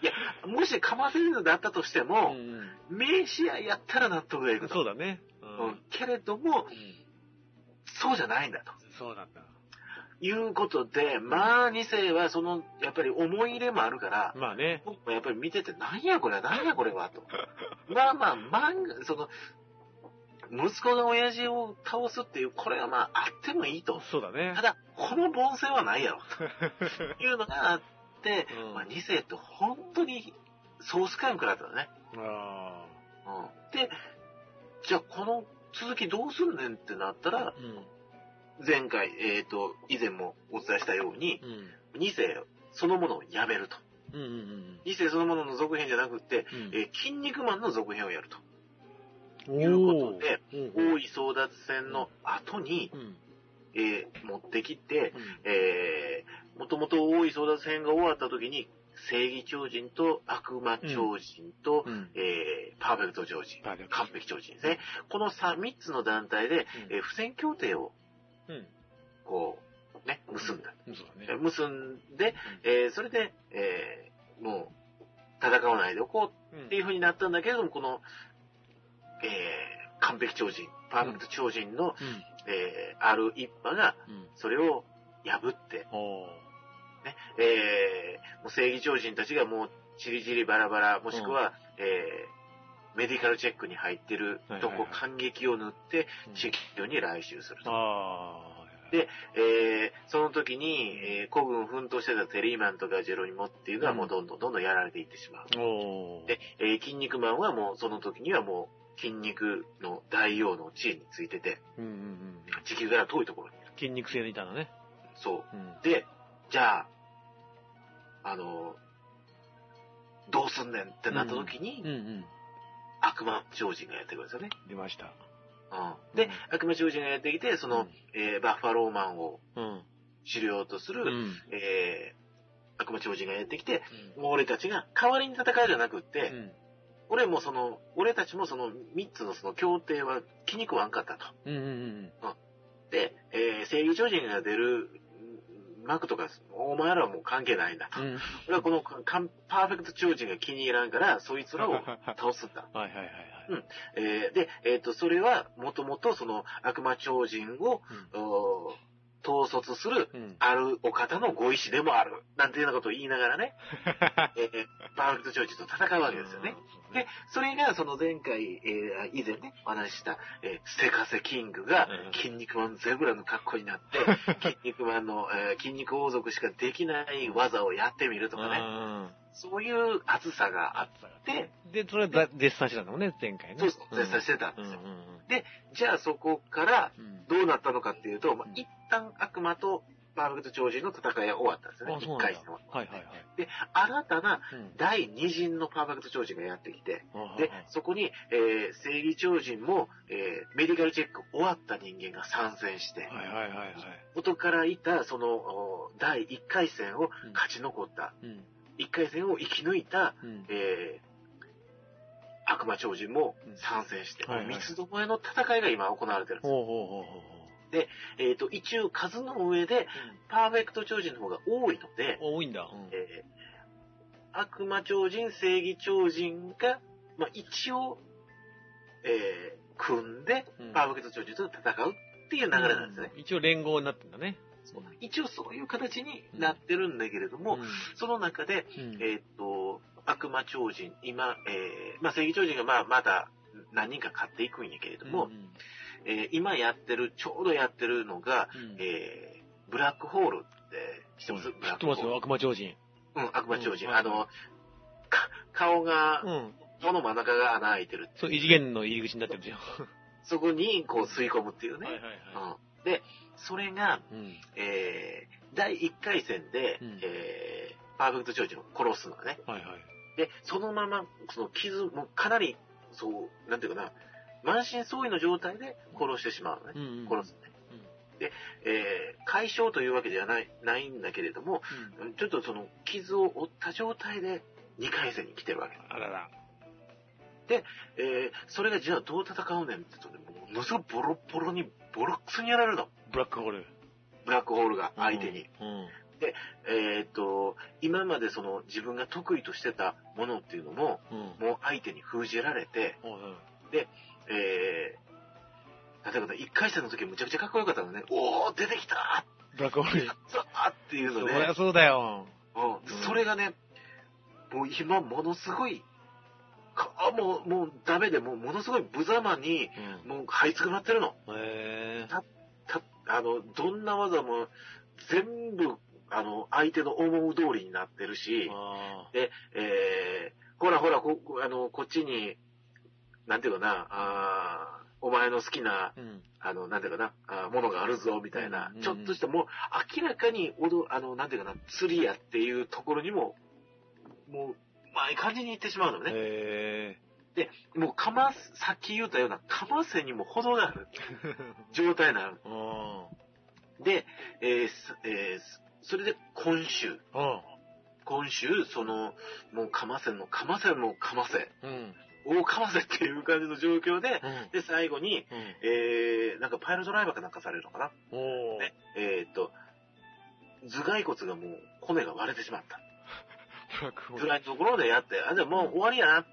Speaker 2: いや、もしかませるのであったとしても、
Speaker 1: うん
Speaker 2: 名試合やったら納得がい
Speaker 1: うん
Speaker 2: くと。
Speaker 1: そうだね。うん
Speaker 2: うんけれども、そうじゃないんだと。
Speaker 1: そうなんだ。
Speaker 2: いうことで、まあ、2世はその、やっぱり思い入れもあるから、
Speaker 1: まあね。
Speaker 2: 僕もやっぱり見てて、なんやこれは、なんやこれは、と。まあまあ、漫画、その、息子が親父を倒すっていう、これはまあ、あってもいいと。
Speaker 1: そうだね
Speaker 2: た。だ、この凡戦はないやろ、というのがあって、
Speaker 1: うん
Speaker 2: まあ、2世って本当にソース感からだったね。
Speaker 1: あ
Speaker 2: うん。で、じゃあこの続きどうすんねんってなったら
Speaker 1: あ。、うん。
Speaker 2: 前回、えっ、と、以前もお伝えしたように、
Speaker 1: うん。
Speaker 2: 2世そのものをやめると。
Speaker 1: うんうんうん
Speaker 2: 2世そのものの続編じゃなく
Speaker 1: う
Speaker 2: て、
Speaker 1: ん。
Speaker 2: えー筋肉マンの続編をやると。
Speaker 1: お
Speaker 2: いうことで、
Speaker 1: ーうんうん
Speaker 2: 王位争奪戦の後に、
Speaker 1: うん
Speaker 2: えー持ってきて、
Speaker 1: うん
Speaker 2: えー、もともと王位争奪戦が終わった時に、正義超人と悪魔超人と、
Speaker 1: うん
Speaker 2: えーパーフェクト超人、
Speaker 1: パーフェクト
Speaker 2: 完璧超人ですね。この 3, 三つの団体で、えー不戦協定を、
Speaker 1: うん
Speaker 2: こう、ね、結んだ。
Speaker 1: うんそうだ
Speaker 2: えー
Speaker 1: ね。
Speaker 2: 結んで、えーそれで、えーもう、戦わないでおこう
Speaker 1: うん
Speaker 2: っていう風になったんだけれども、この、えー、完璧超人、パーフェクト超人
Speaker 1: う
Speaker 2: の、
Speaker 1: ん
Speaker 2: えーある一派が、
Speaker 1: うん
Speaker 2: それを破って、
Speaker 1: おー
Speaker 2: ね、えーもう正義超人たちがもう、チリチリバラバラ、もしくは、えーメディカルチェックに入ってる
Speaker 1: はいはい
Speaker 2: と
Speaker 1: はい
Speaker 2: こ、感激を塗って、
Speaker 1: うん
Speaker 2: 地球に来襲すると。
Speaker 1: あー
Speaker 2: でえーその時に、えー、孤軍奮闘してたテリーマンとかジェロニモっていうのはもうどんどんどんどんやられていってしまう。
Speaker 1: おー
Speaker 2: で、えー筋肉マンはもうその時にはもう筋肉の大王の地位についてて、
Speaker 1: うんうんうん
Speaker 2: 地球から遠いところにいる。
Speaker 1: 筋肉性の板のね。
Speaker 2: そ
Speaker 1: うん
Speaker 2: う。で、じゃあ、あのーどうすんねんってなった時に、
Speaker 1: うんうん。
Speaker 2: 悪魔超人がやってくるんですよね。
Speaker 1: 出ました。
Speaker 2: うん、で、悪魔超人がやってきて、その、えーバッファローマンを
Speaker 1: うん、
Speaker 2: 狩猟とする、
Speaker 1: うん。うん。
Speaker 2: えー悪魔超人がやってきて、もう俺たちが代わりに戦うじゃなくって、
Speaker 1: うん。
Speaker 2: 俺もその、俺たちもその3つのその協定は気に食わんかったと。
Speaker 1: うんうんうん
Speaker 2: で、えー正義超人が出るうん幕とか、お前らはもう関係ないんだと
Speaker 1: う。ん。うん。
Speaker 2: 俺はこのかかんパーフェクト超人が気に入らんから、そいつらを
Speaker 1: は
Speaker 2: 倒すんだ。
Speaker 1: いはいはいはい。
Speaker 2: えーで、えっ、と、それはもともとその悪魔超人を、おー統率する、
Speaker 1: うん。うん。
Speaker 2: あるお方のご意志でもある。なんていうようなことを言いなが らね、えーパーフェクト超人と戦うわけですよね。
Speaker 1: そう
Speaker 2: で、それがその前回、えー以前ね、お話しした、えー、ステカセキングが
Speaker 1: うん、
Speaker 2: 筋肉マンゼブラの格好になって、 筋肉マンの、えー筋肉王族しかできない技をやってみるとかね、
Speaker 1: ね。
Speaker 2: そういう熱さがあっ
Speaker 1: 暑さが。
Speaker 2: て、
Speaker 1: で、それはだ絶賛してたんだもんね、前回ね。
Speaker 2: そうそう、絶賛しててたん
Speaker 1: う
Speaker 2: で
Speaker 1: ん
Speaker 2: す
Speaker 1: うん
Speaker 2: よ。じゃあそこから
Speaker 1: うん。
Speaker 2: どうなったのかっていうと、まあ
Speaker 1: うん
Speaker 2: 一旦悪魔とパーフェクト超人の戦いは終わったんです
Speaker 1: うん。
Speaker 2: ね
Speaker 1: あ、、そう
Speaker 2: 一
Speaker 1: なん
Speaker 2: 回
Speaker 1: だ
Speaker 2: 戦は。。
Speaker 1: はいはいはい。
Speaker 2: で、新たな
Speaker 1: うん
Speaker 2: 第二陣のパーフェクト超人がやってきて、で、そこに、えー正義超人も、えーメディカルチェック終わった人間が参戦して、
Speaker 1: はいはいはいはい。
Speaker 2: 元からいた、その、お第1回戦を
Speaker 1: うん
Speaker 2: 勝ち残った、
Speaker 1: うん。
Speaker 2: 1回戦を生き抜いた、
Speaker 1: うん。
Speaker 2: えー悪魔超人も参戦して、
Speaker 1: うんはいはい
Speaker 2: 三つどもえの戦いが今行われてるんです。
Speaker 1: ほうほうほうほうほう。
Speaker 2: えっ、と、一応数の上で、パーフェクト超人の方が多いので、
Speaker 1: 多いんだ。うん
Speaker 2: えー悪魔超人、正義超人が、まあ、一応、えー組んで、
Speaker 1: うん
Speaker 2: パーフェクト超人と戦うっていう流れなんですね。
Speaker 1: うん一応連合になってんだね。
Speaker 2: そう一応そういう形になってるんだけれども、
Speaker 1: うん
Speaker 2: その中で、
Speaker 1: うん
Speaker 2: えーっと、悪魔超人、今、えーまあ、正義超人がまあまだ何人か買っていくんやけれども、
Speaker 1: うん
Speaker 2: えー今やってる、ちょうどやってるのが、
Speaker 1: うん
Speaker 2: えーブラックホールって知ってます、
Speaker 1: 知
Speaker 2: ブラッ
Speaker 1: って
Speaker 2: クホ
Speaker 1: ま
Speaker 2: ー
Speaker 1: す
Speaker 2: ル
Speaker 1: よ、悪魔超人。
Speaker 2: うん、悪魔超人。
Speaker 1: うん
Speaker 2: あの、か顔が、
Speaker 1: うん。
Speaker 2: 顔の真ん中が穴開いてる。
Speaker 1: そう、異次元の入り口になってるじゃん。
Speaker 2: そこにこう吸い込むっていうね。
Speaker 1: はいはいは
Speaker 2: うん、で、それが、
Speaker 1: い。うん。
Speaker 2: えー第1回戦で、
Speaker 1: うん
Speaker 2: えーパーフェクト超人を殺すのね。
Speaker 1: はいはい。
Speaker 2: で、そのまま、その傷、もうかなり、そう、なんていうかな、満身創痍の状態で殺してしまうのね。
Speaker 1: んん
Speaker 2: 殺すのね。で、えー解消というわけではない、ないんだけれども、
Speaker 1: うん
Speaker 2: ちょっとその傷を負った状態で2回戦に来てるわけ。
Speaker 1: あらら。
Speaker 2: えーそれがじゃあどう戦うねんって言うとね、ものすごいボロッボロに、ボロックスにやられるの。
Speaker 1: ブラックホール。
Speaker 2: ブラックホールが相手に。
Speaker 1: うん。
Speaker 2: えーっと、今までその自分が得意としてたものっていうのも、
Speaker 1: うん。
Speaker 2: もう相手に封じられて、
Speaker 1: うん
Speaker 2: えー、例えば1回戦の時はむちゃくちゃかっこよかったのね、おー、出てきた
Speaker 1: ブラックホールに。
Speaker 2: ーザーっていう
Speaker 1: そ
Speaker 2: の
Speaker 1: り
Speaker 2: で、
Speaker 1: ゃそうだよ。
Speaker 2: うんそれがね、もう今ものすごい、かあもう、もうダメで、もうものすごい無様に、
Speaker 1: うん。
Speaker 2: もう這いつくばってるの。
Speaker 1: へえ。
Speaker 2: たあの、どんな技も全部、あの、相手の思う通りになってるし、
Speaker 1: あ
Speaker 2: えー、ほらほら、こ、こあの、こっちに、なんていうかな、あーお前の好きな、
Speaker 1: ーうん。
Speaker 2: あの、なんていうかな、あーものがあるぞ、みたいな
Speaker 1: うんうんう、ん
Speaker 2: ちょっとした、もう、明らかに、おど、あの、なんていうかな、釣り屋っていうところにも、もう、うまい感じに行ってしまうのね。
Speaker 1: へえ。
Speaker 2: もう、かま、さっき言ったような、かませにも程がある状態な
Speaker 1: うん。うん。
Speaker 2: の。で、えーすえーすそれで、今週、今週、その、もう、かませの、かませの、かませ、
Speaker 1: うん。
Speaker 2: 大かませっていう感じの状況で、
Speaker 1: うん。
Speaker 2: で、最後に、
Speaker 1: うん。
Speaker 2: えー、なんかパイロットドライバーかなんかされるのかな
Speaker 1: おお。
Speaker 2: ね、えーっと、頭蓋骨がもう骨が割れてしまった。
Speaker 1: ブラックホー
Speaker 2: ぐ
Speaker 1: ル。
Speaker 2: らいのところでやって、あ、じゃあもう終わりやな。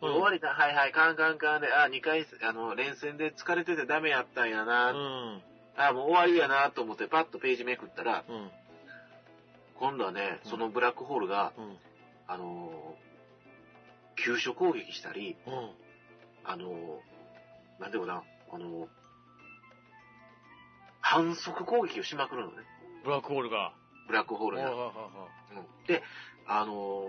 Speaker 2: 終わりだ、はいはい、カンカンカンで、あ、2回、あの、連戦で疲れててダメやったんや
Speaker 1: う
Speaker 2: な。
Speaker 1: ん。
Speaker 2: あ、もう終わりやなと思ってパッとページめくったら、
Speaker 1: うん。
Speaker 2: 今度はね、
Speaker 1: うん
Speaker 2: そのブラックホールが、
Speaker 1: うん。
Speaker 2: あのー、急所攻撃したり、
Speaker 1: うん。
Speaker 2: あのー、なんていうかな、あのー、反則攻撃をしまくるのね。
Speaker 1: ブラックホールが。
Speaker 2: ブラックホ
Speaker 1: お
Speaker 2: ー
Speaker 1: ー
Speaker 2: ル
Speaker 1: は
Speaker 2: が
Speaker 1: い。は
Speaker 2: うんで、あの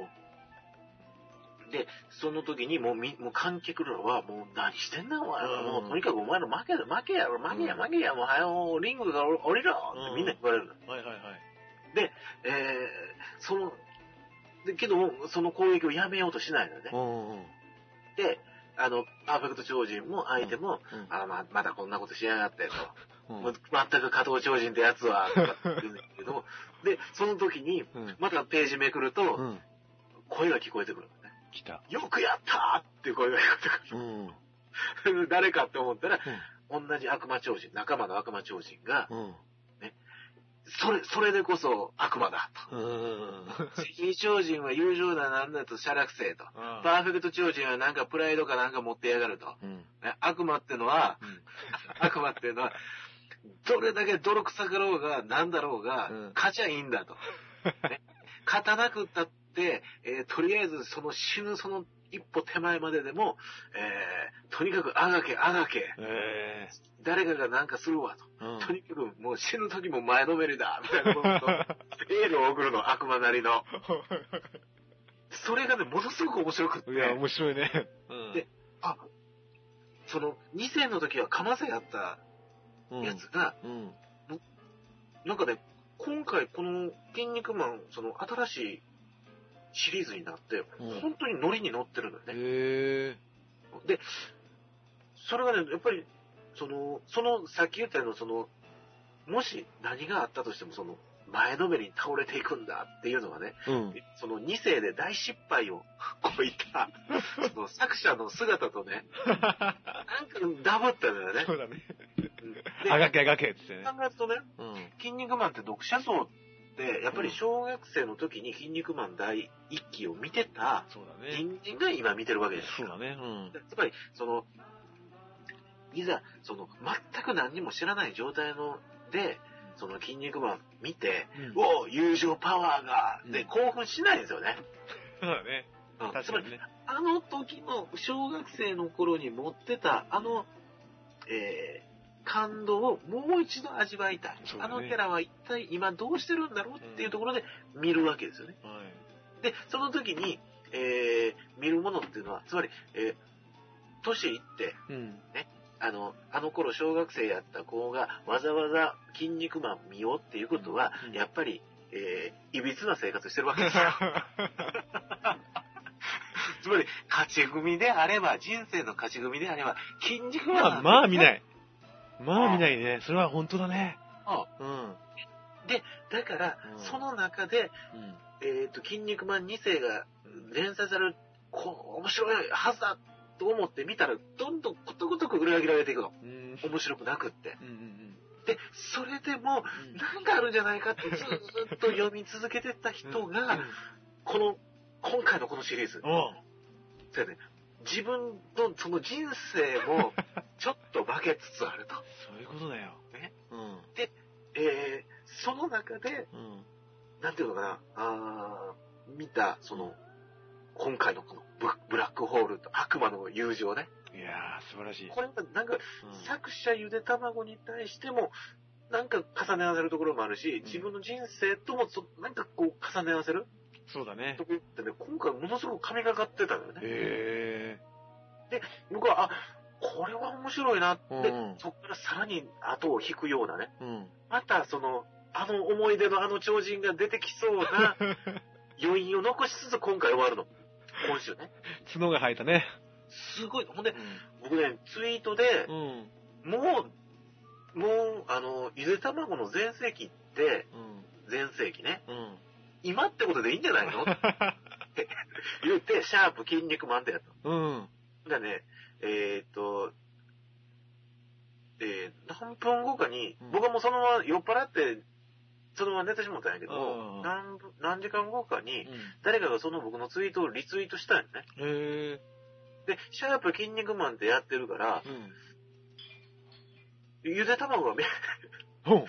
Speaker 2: ーで、その時にもうみ、もう観客らは、もう何してんだお前、
Speaker 1: うん
Speaker 2: もうとにかくお前の負けだ、負けやろ、負けや、
Speaker 1: うん
Speaker 2: 負けや、もう早うリングが降りろってみんな言われるの。
Speaker 1: いはい。はいはいはい。
Speaker 2: えー、その、でけども、その攻撃をやめようとしないのね。
Speaker 1: んうん。
Speaker 2: で、あの、パーフェクト超人も相手も、
Speaker 1: うん
Speaker 2: あま、まだこんなことしやがってと。
Speaker 1: うん
Speaker 2: もう全く加藤超人ってやつは、とかって言うんだけども、で、その時に、
Speaker 1: うん。
Speaker 2: またページめくると、
Speaker 1: うん。
Speaker 2: 声が聞こえてくるのね。
Speaker 1: 来た。
Speaker 2: よくやったーって声が聞
Speaker 1: う
Speaker 2: こ
Speaker 1: ん。
Speaker 2: えてくる。誰かって思ったら、 同じ悪魔超人、仲間の悪魔超人が、
Speaker 1: うん。
Speaker 2: それ、それでこそ悪魔だ
Speaker 1: うん。
Speaker 2: と。正義超人は友情だなんだと写楽性と。パーフェクト超人はなんかプライドかなんか持ってやがると。
Speaker 1: うん。
Speaker 2: ね悪魔ってのは、
Speaker 1: うん
Speaker 2: 悪魔っていうのは、どれだけ泥臭かろうが、なんだろうが、
Speaker 1: うん
Speaker 2: 勝ちゃいいんだと。ね勝たなくったって、えーとりあえずその死ぬその一歩手前まででも、えーとにかくあがけあがけ、
Speaker 1: え
Speaker 2: 誰かがなんかするわ
Speaker 1: え。う
Speaker 2: と。
Speaker 1: ん
Speaker 2: とにかくもう死ぬ時も前のめりだ、みたいなことと、エールを送 るの、悪魔なりの。それがね、ものすごく面白くって。
Speaker 1: いや、面白いね。うん
Speaker 2: であ、その、2世の時はかませやった
Speaker 1: うん
Speaker 2: やつが、
Speaker 1: うん。
Speaker 2: なんかね、今回この筋肉マン、その新しいシリーズになって、
Speaker 1: うん
Speaker 2: 本当にノリに乗ってるんだよね。
Speaker 1: へえ。
Speaker 2: で、それがね、やっぱり、その、その、さっき言ったような、その、もし何があったとしても、その、前のめりに倒れていくんだっていうのがね、
Speaker 1: うん。
Speaker 2: その2世で大失敗を こういった、その作者の姿とね、なんかダブったんだよね
Speaker 1: そ。うだね。
Speaker 2: うんで、
Speaker 1: あがけあがけっつってね。
Speaker 2: 考えるとね、
Speaker 1: うん。
Speaker 2: 筋肉マンって読者層って、やっぱり小学生の時に筋肉マン第一期を見てた
Speaker 1: そうだね。
Speaker 2: 人間が今見てるわけです
Speaker 1: そう
Speaker 2: よ。
Speaker 1: だね。うん。
Speaker 2: つまり、その、いざ、その、全く何にも知らない状態の、で、その筋肉マン見て、
Speaker 1: うん
Speaker 2: うお友情パワーが
Speaker 1: う、ん
Speaker 2: で、興奮しないんですよね。
Speaker 1: そうだね。
Speaker 2: うん
Speaker 1: 確
Speaker 2: つ
Speaker 1: か
Speaker 2: ま
Speaker 1: に
Speaker 2: り、
Speaker 1: ね。
Speaker 2: あの時の小学生の頃に持ってた、あの、えー感動をもう一度味わいたい。
Speaker 1: そうだ
Speaker 2: あ
Speaker 1: ね
Speaker 2: のキャラは一体今どうしてるんだろうっていうところで見るわけですよね。
Speaker 1: はい。
Speaker 2: で、その時に、えー見るものっていうのは、つまり、えー年いって、
Speaker 1: うん。
Speaker 2: あの、あの頃小学生やった子がわざわざ筋肉マン見ようっていうことは、
Speaker 1: うん
Speaker 2: やっぱり、えーいびつな生活してるわけですよ。つまり、勝ち組であれば、人生の勝ち組であれば、筋肉マン。
Speaker 1: まあ、まあ見ないい。まあ見ないね。それは本当だね。うん。
Speaker 2: だから、
Speaker 1: うん
Speaker 2: その中で、
Speaker 1: うん。
Speaker 2: えっ、と、筋肉マン2世が連載される、こう、面白いはずだと思って見たら、どんどんことごとく裏切られていくの。
Speaker 1: うん。
Speaker 2: 面白くなくって。
Speaker 1: うんうん
Speaker 2: で、それでも、なんかあるんじゃないかってずーっと読み続けてた人
Speaker 1: うん
Speaker 2: が、この、今回のこのシリーズ、
Speaker 1: う
Speaker 2: そうやね、自分のその人生も、ちょっと化けつつあると。
Speaker 1: んそういうことだよ。
Speaker 2: ね
Speaker 1: うん。
Speaker 2: えー、その中で、
Speaker 1: うん。
Speaker 2: なんていうのかな、あー見た、その、今回のこのブブラックホールと悪魔の友情ね。
Speaker 1: いやー、素晴らしい。
Speaker 2: これがなんか
Speaker 1: うん
Speaker 2: 作者ゆで卵に対しても、なんか重ね合わせるところもあるし、
Speaker 1: ん
Speaker 2: 自分の人生ともそ、なんかこう重ね合わせる
Speaker 1: そうだね
Speaker 2: と。ころってね、今回ものすごく神がかってたのよね。
Speaker 1: へ
Speaker 2: 僕は、あ、これは面白いなって、
Speaker 1: うん
Speaker 2: そこからさらに後を引くようなね、
Speaker 1: ー。うん。
Speaker 2: またその、あの思い出のあの超人が出てきそうな余韻を残しつつ今回終わるの。今週ね。
Speaker 1: 角が生えたね。
Speaker 2: すごい。ほんで、
Speaker 1: う
Speaker 2: 僕ね、ツイートで、
Speaker 1: ん。うん。
Speaker 2: もう、もう、あの、ゆで卵の全盛期って、
Speaker 1: うん。
Speaker 2: 全盛期ね、
Speaker 1: うん。
Speaker 2: 今ってことでいいんじゃな いの言って、シャープ筋肉マンってやった。
Speaker 1: うん。
Speaker 2: だからね、えーっと、えー何分後かに、
Speaker 1: うん
Speaker 2: 僕はもうそのまま酔っ払って、そのまま寝てしまったんやけ
Speaker 1: うん
Speaker 2: ど、何分何時間後かに、誰かがその僕のツイートをリツイートしたんよね。
Speaker 1: へえ。
Speaker 2: で、シャープ筋肉マンってやってるから、
Speaker 1: う
Speaker 2: ゆで卵が見、
Speaker 1: ん。うん。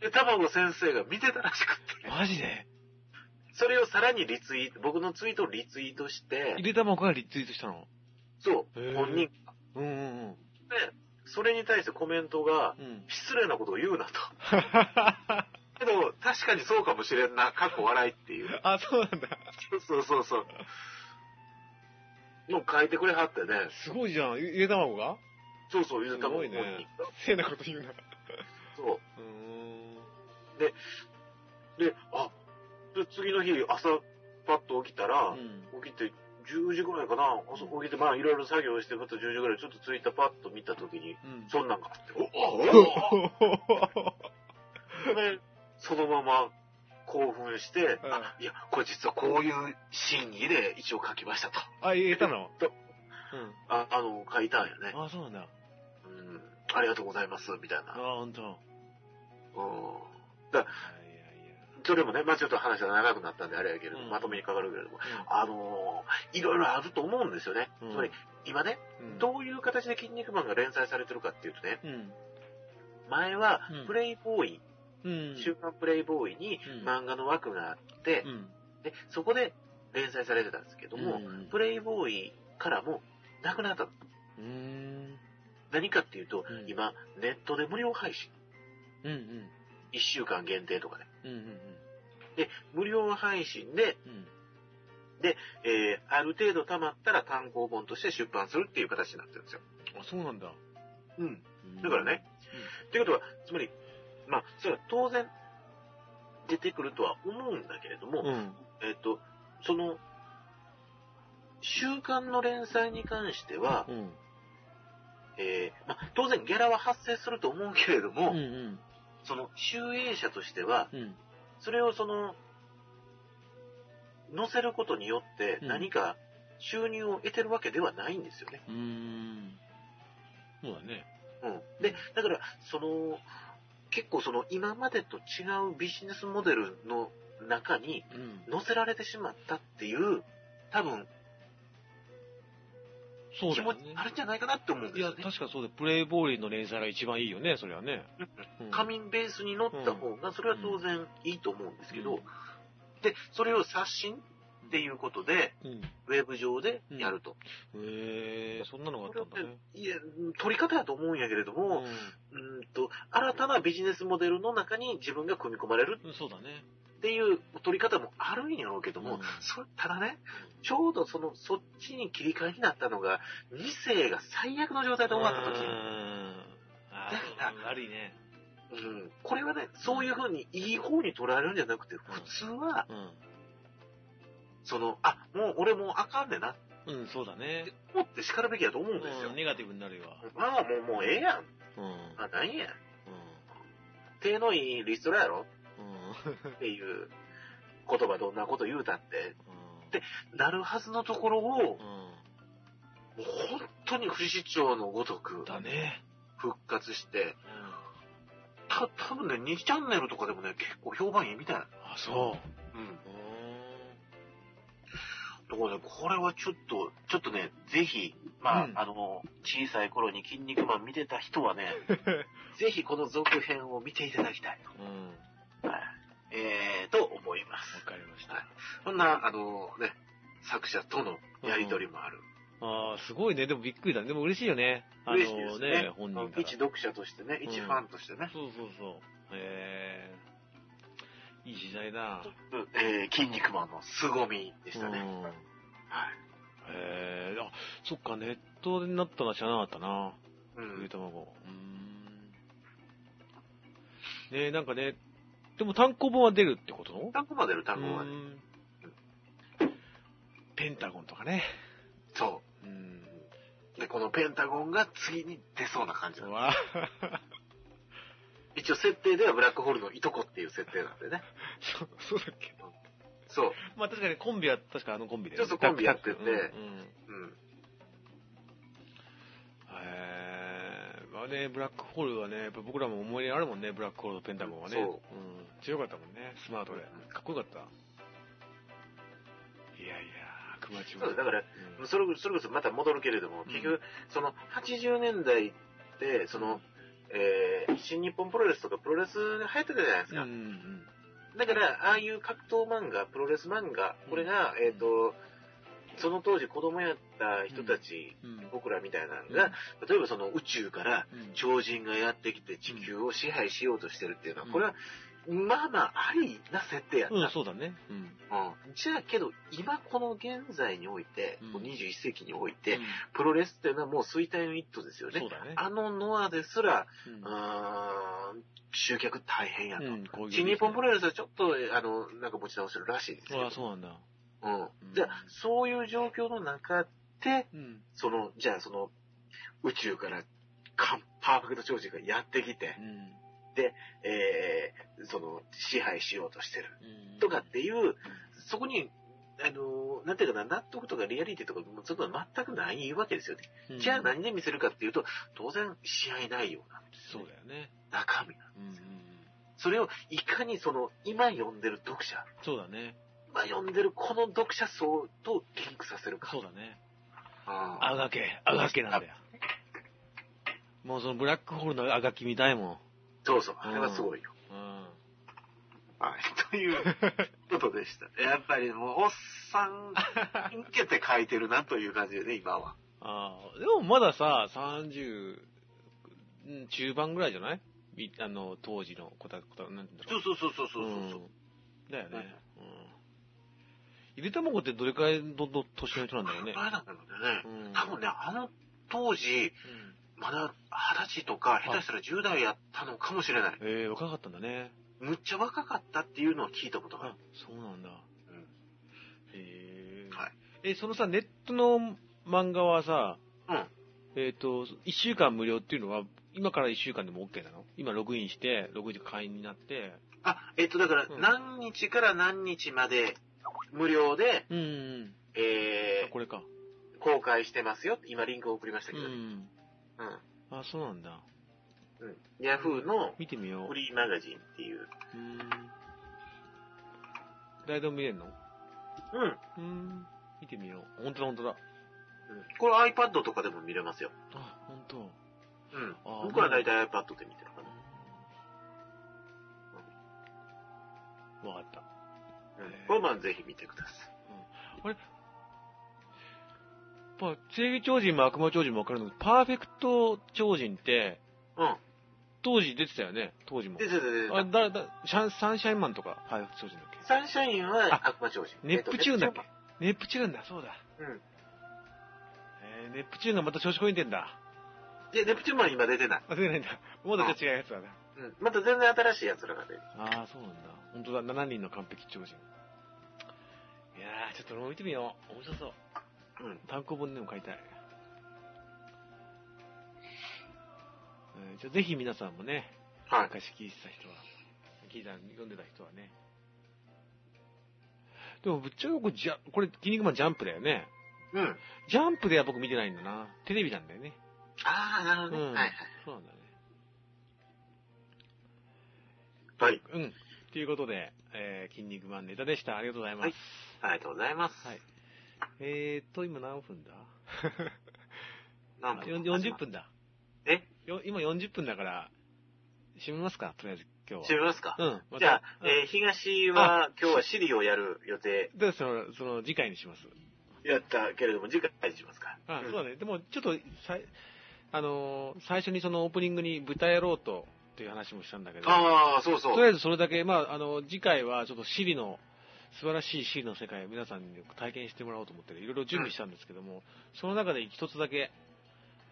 Speaker 2: ゆで卵先生が見てたらしくて、
Speaker 1: マジで
Speaker 2: それをさらにリツイート、僕のツイートをリツイートして
Speaker 1: 入、れたもんからリツイートしたの
Speaker 2: そう
Speaker 1: へー、
Speaker 2: 本人
Speaker 1: う
Speaker 2: が。
Speaker 1: んうん
Speaker 2: で、それに対してコメントが、
Speaker 1: うん。うん。
Speaker 2: 失礼なことを言うなと。けど、確かにそうかもしれんな、過去笑いっていう。
Speaker 1: あ、そうなんだ。
Speaker 2: そうそうそう。の書いてくれはってね。
Speaker 1: すごいじゃん。ゆで卵が
Speaker 2: そうそう、ゆずた
Speaker 1: す
Speaker 2: も
Speaker 1: ごいねせいなこと言うな。
Speaker 2: そう
Speaker 1: ーん。
Speaker 2: う。で、あ、で次の日、朝、パッと起きたら、
Speaker 1: うん。
Speaker 2: 起きて、10時ぐらいかな、朝起きて、まあ、いろいろ作業して、また10時ぐらい、ちょっとツイッターパッと見たときに、
Speaker 1: うん。
Speaker 2: そんなんがあって、おおおおでそのまま興奮して、
Speaker 1: うん
Speaker 2: あ、いや、これ実はこういう真意で一応書きましたと。
Speaker 1: あ、入れたの
Speaker 2: と
Speaker 1: うん。
Speaker 2: あ、あの、書いたんよね。
Speaker 1: あ、そうなんだ。
Speaker 2: うん、ありがとうございます、みたい
Speaker 1: あ、
Speaker 2: な。
Speaker 1: ほんと。いや
Speaker 2: うん。
Speaker 1: い
Speaker 2: それもね、まあちょっと話が長くなったんであれやけれど、
Speaker 1: うん
Speaker 2: まとめにかかるけれども、
Speaker 1: や。
Speaker 2: あのーいろいろあると思うんですよね。
Speaker 1: うん
Speaker 2: つまり、今ね、
Speaker 1: うん
Speaker 2: どういう形で筋肉マンが連載されてるかっていうとね、
Speaker 1: うん。
Speaker 2: 前は
Speaker 1: うん
Speaker 2: プレイボーイ、
Speaker 1: うん。
Speaker 2: 週刊プレイボーイに
Speaker 1: うん
Speaker 2: 漫画の枠があって、
Speaker 1: うん。
Speaker 2: で、そこで連載されてたんですけども、
Speaker 1: うん
Speaker 2: プレイボーイからもなくなったの。
Speaker 1: うーん。
Speaker 2: 何かっていうと、
Speaker 1: うん
Speaker 2: 今、ネットで無料配信。
Speaker 1: うんうん。
Speaker 2: 1週間限定とかね。
Speaker 1: うんうん
Speaker 2: で、無料配信で、
Speaker 1: うん。うん。
Speaker 2: えーある程度溜まったら単行本として出版するっていう形になってるんですよ。
Speaker 1: あ、そうなんだ。
Speaker 2: うん。
Speaker 1: うん
Speaker 2: だからね。っていうことは、つまり、まあ、それは当然出てくるとは思うんだけれども、
Speaker 1: うん。
Speaker 2: えっ、と、その、週刊の連載に関しては、
Speaker 1: うん。
Speaker 2: えーまあ、当然ギャラは発生すると思うけれども、
Speaker 1: うんうん。
Speaker 2: その、集英者としては、
Speaker 1: うん。
Speaker 2: それをその、載せることによって
Speaker 1: うん
Speaker 2: 何か収入を得てるわけではないんですよね。
Speaker 1: うーん。そうだね。
Speaker 2: うん、でだからその結構その今までと違うビジネスモデルの中に
Speaker 1: うん。
Speaker 2: 載せられてしまったっていう多分
Speaker 1: そう
Speaker 2: 気
Speaker 1: だ
Speaker 2: 持
Speaker 1: よ
Speaker 2: ち
Speaker 1: ね。
Speaker 2: あるんじゃないかなって思うんで
Speaker 1: い
Speaker 2: す
Speaker 1: や、
Speaker 2: よね。
Speaker 1: 確かそうで、プレイボーイの連載が一番いいよね、それはね。うん
Speaker 2: 紙ベースに載った方がそれは当然いいと思うんですけど、
Speaker 1: うん
Speaker 2: でそれを刷新っていうことで
Speaker 1: うん。
Speaker 2: ウェブ上でやると、
Speaker 1: へえ、そんなのがあ
Speaker 2: こ
Speaker 1: っ
Speaker 2: れ
Speaker 1: た
Speaker 2: は
Speaker 1: んだね
Speaker 2: ね。いや取り方だと思うんやけれど
Speaker 1: う
Speaker 2: も、うん、と新たなビジネスモデルの中に自分が組み込まれる
Speaker 1: ん。そうだね。
Speaker 2: っていう取り方もあるんやろうけど
Speaker 1: う
Speaker 2: も、
Speaker 1: ん
Speaker 2: そただね、ちょうどその、そっちに切り替えになったのが、2世が最悪の状態で終わった
Speaker 1: うー
Speaker 2: 時、
Speaker 1: ん。あ
Speaker 2: だか
Speaker 1: あ、悪いね。
Speaker 2: うん、これはね、そういうふうにいい方に捉えるんじゃなくて、普通は、
Speaker 1: うん。
Speaker 2: その、あ、もう俺もうあかんねんなっ
Speaker 1: うん、そうだね
Speaker 2: て。思って叱るべきだと思うんですよ
Speaker 1: うん、。ネガティブになるよ。
Speaker 2: まあもう、もうええやん。
Speaker 1: うん。うん。
Speaker 2: あ、なんや。手のいいリストラやろ
Speaker 1: うん。
Speaker 2: っていう言葉どんなこと言うたって、
Speaker 1: で、
Speaker 2: なるはずのところを、もう
Speaker 1: う
Speaker 2: 本当に不死鳥のごとく
Speaker 1: ん。だね。
Speaker 2: 復活して、
Speaker 1: うん。
Speaker 2: たた、多分ね、2チャンネルとかでもね、結構評判いいみたいな。
Speaker 1: あ、そ
Speaker 2: うん。
Speaker 1: う。うー
Speaker 2: ところで、これはちょっと、ちょっとね、ぜひ、まあ、
Speaker 1: うん
Speaker 2: あの、小さい頃に筋肉マン見てた 人はね、ぜひこの続編を見ていただきたい
Speaker 1: ん。うん。わ
Speaker 2: と。はい。えー、と思います。
Speaker 1: かりました。
Speaker 2: はいそんな、あのね、作者とのやりとりもある。
Speaker 1: ああ、すごいね。でもびっくりだね。でも嬉しいよね。あの
Speaker 2: 嬉しいですね。
Speaker 1: ね、本人から。
Speaker 2: 一読者としてね、一ファンとしてね、
Speaker 1: そうそうそう。へえ。いい時代だ。
Speaker 2: うんえー、筋肉マンの凄みでしたね。
Speaker 1: うん
Speaker 2: はい。
Speaker 1: へえ。あ、そっか、ネットになったのは知らなかったな。
Speaker 2: う
Speaker 1: ゆで
Speaker 2: ん。
Speaker 1: 卵。うーん。ねえ、なんかね、でも単行本は出るってこと
Speaker 2: 単語までる単語ま
Speaker 1: う
Speaker 2: で。
Speaker 1: んペンタゴンとかね。
Speaker 2: そ
Speaker 1: うん。
Speaker 2: う。で、このペンタゴンが次に出そうな感じな
Speaker 1: う
Speaker 2: の
Speaker 1: わ
Speaker 2: 一応設定ではブラックホールのいとこっていう設定なんでね。
Speaker 1: そそうだっけ
Speaker 2: そう。
Speaker 1: まあ確かにコンビは確かあのコンビで、
Speaker 2: ちょっとコンビやってて
Speaker 1: うんうん
Speaker 2: うん。
Speaker 1: へーまあね、ブラックホールはね、やっぱ僕らも思い入れあるもんね、ブラックホールとペンタゴンはね。、
Speaker 2: そうん
Speaker 1: 強かったもんね、スマートで
Speaker 2: うん。
Speaker 1: かっこよかった。いやいや、悪魔中
Speaker 2: そうだから、
Speaker 1: うん
Speaker 2: それこそそれこそまた戻るけれども、結局、その80年代って、その、えー新日本プロレスとかプロレス流行ってたじゃないですか。
Speaker 1: うんうん
Speaker 2: だから、ああいう格闘漫画、プロレス漫画、これ
Speaker 1: う
Speaker 2: が、
Speaker 1: ん
Speaker 2: えっ、と、その当時子供やった人たち、
Speaker 1: うん。うん
Speaker 2: 僕らみたいなのが、例えばその宇宙から
Speaker 1: うん
Speaker 2: 超人がやってきて地球を支配しようとしてるっていうのは、
Speaker 1: うん
Speaker 2: これは、まあまあありな設定やった。
Speaker 1: うん、そうだね。うん。
Speaker 2: うんじゃあけど、今この現在において、
Speaker 1: うん
Speaker 2: こう21世紀において、
Speaker 1: うん
Speaker 2: プロレスっていうのはもう衰退の一途ですよね
Speaker 1: そう。だね。
Speaker 2: あのノアですら、
Speaker 1: う
Speaker 2: うんーん、集客大変やと。
Speaker 1: うん、こういう。
Speaker 2: 新日本プロレスはちょっと、あの、なんか持ち直してるらしいですけ
Speaker 1: あ
Speaker 2: ど
Speaker 1: あ、。そうなんだ。
Speaker 2: うん。じゃあ、そういう状況の中で、
Speaker 1: うん。
Speaker 2: その、じゃあその、宇宙から、完パーフェクト超人がやってきて
Speaker 1: う、ん。
Speaker 2: えー、その、支配しようとしてる。
Speaker 1: うん
Speaker 2: とかっ。ていう、そこに、あのー、なんていうかな、納得とかリアリティとか、もうそんなの全くないわけですよね。
Speaker 1: うん
Speaker 2: じゃあ何で見せるかっていうと、当然、試合内容なんです
Speaker 1: そ
Speaker 2: よ
Speaker 1: う
Speaker 2: ね。
Speaker 1: だよね。
Speaker 2: 中身なん
Speaker 1: うんうんうん。
Speaker 2: それを、いかにその、今読んでる読者、
Speaker 1: そうだね。
Speaker 2: 今読んでるこの読者層とリンクさせるか。
Speaker 1: そうだね。
Speaker 2: ああ
Speaker 1: あがけ、あがけなんだよ。もうそのブラックホールのあがき見たいも
Speaker 2: そうそう、あれはすごいよ。
Speaker 1: ん。うん。
Speaker 2: はい、ということでした。やっぱりもう、おっさん、受けて書いてるなという感じでね、今は。
Speaker 1: ああ、でもまださ、30、うん中盤ぐらいじゃないみあの、当時の子た、子た、なんて言うんだろう。
Speaker 2: そうそうそうそうそうそう。
Speaker 1: うんだよね。うん。ゆで卵ってどれくらいのの年の人なんだろうね。
Speaker 2: 前なんだろうね。
Speaker 1: うん。
Speaker 2: 多分ね、あの当
Speaker 1: う
Speaker 2: 時、
Speaker 1: ん
Speaker 2: まだ二十歳とか、下手したら10代やったのかもしれない。
Speaker 1: ええ若かったんだね。
Speaker 2: むっちゃ若かったっていうのを聞いたことがあ
Speaker 1: あ
Speaker 2: る。、
Speaker 1: そうなんだ。
Speaker 2: うん
Speaker 1: へえ。
Speaker 2: はい
Speaker 1: え、そのさ、ネットの漫画はさ、
Speaker 2: うん
Speaker 1: えっ、と、1週間無料っていうのは、今から1週間でも OK なの今ログインして、ログインで会員になって、
Speaker 2: あ、えっと、だから、
Speaker 1: うん
Speaker 2: 何日から何日まで無料で、
Speaker 1: うん、うん。あ
Speaker 2: え
Speaker 1: これか。
Speaker 2: ー、公開してますよ。今リンクを送りました
Speaker 1: う
Speaker 2: けどね。
Speaker 1: ん。
Speaker 2: うん。
Speaker 1: あ、そうなんだ。
Speaker 2: うん。ヤフーの
Speaker 1: 見てみよ
Speaker 2: フリーマガジンっていう。
Speaker 1: う。うん。誰でも見れるの
Speaker 2: うん。うん
Speaker 1: うん。見てみよう。本当だ、本当だ。
Speaker 2: これ iPad とかでも見れますよ。
Speaker 1: あ、本当。
Speaker 2: うん
Speaker 1: あ。
Speaker 2: 僕は大体 iPad で見てるかな。
Speaker 1: わかった。
Speaker 2: うん。これまあぜひ見てくださ
Speaker 1: まあ、正義超人も悪魔超人も分かるのパーフェクト超人って、
Speaker 2: い。
Speaker 1: 当時出てたよね、当時
Speaker 2: うん。
Speaker 1: も
Speaker 2: で、。で、で、で
Speaker 1: あ、だ、だ、シャン、サンシャインマンとか、パーフェクト超人だっ
Speaker 2: サンシャインは悪魔超人。
Speaker 1: けネプチューンだっ
Speaker 2: えっと
Speaker 1: けネプチューンだ、そうだ。
Speaker 2: うん。
Speaker 1: えー、ネプチューンがまた調子こいてんだ。
Speaker 2: で、ネプチューンマン今出てない。
Speaker 1: あ、出てないんだ。まだじゃ違うやつだね。
Speaker 2: うん。また全然新しい奴らが出る。
Speaker 1: ああ、そうなんだ。本当だ、7人の完璧超人。いやー、ちょっと俺も見てみよう。面白そう。
Speaker 2: うん。
Speaker 1: 単行本でも買いたい。えーじゃあぜひ皆さんもね、
Speaker 2: はい。
Speaker 1: 昔聞いてた人は、聞いた、読んでた人はね。でも、ぶっちゃけ僕、じゃ、これ、筋肉マンジャンプだよね。
Speaker 2: うん。
Speaker 1: ジャンプでは僕見てないんだな。テレビなんだよね。
Speaker 2: ああ、なるほどね。
Speaker 1: うん
Speaker 2: はいはい。
Speaker 1: そうなんだね。
Speaker 2: はい。
Speaker 1: うん。ということで、えー、筋肉マンネタでした。ありがとうございます。
Speaker 2: はいありがとうございます。
Speaker 1: はい。えーっと、今何分 だ
Speaker 2: 何分
Speaker 1: よん ?40 分だ。
Speaker 2: え
Speaker 1: よ今40分だから、閉めますかとりあえず今日
Speaker 2: 閉めますか、
Speaker 1: は。うん。
Speaker 2: じゃあ、
Speaker 1: また
Speaker 2: えー東は今日はシリをやる予定
Speaker 1: うんでその、その、次回にします。
Speaker 2: やったけれども、次回にしますか。
Speaker 1: あ
Speaker 2: う、
Speaker 1: そ
Speaker 2: ん
Speaker 1: うだね。でも、ちょっと、さいあのー最初にそのオープニングに豚野郎と、っていう話もしたんだけど、と
Speaker 2: ああ、そうそう。
Speaker 1: りあえずそれだけ、まあ、あの、次回はちょっとシリの、素晴らしいシリの世界を皆さんに体験してもらおうと思ってね、いろいろ準備したんですけども、その中で一つだけ、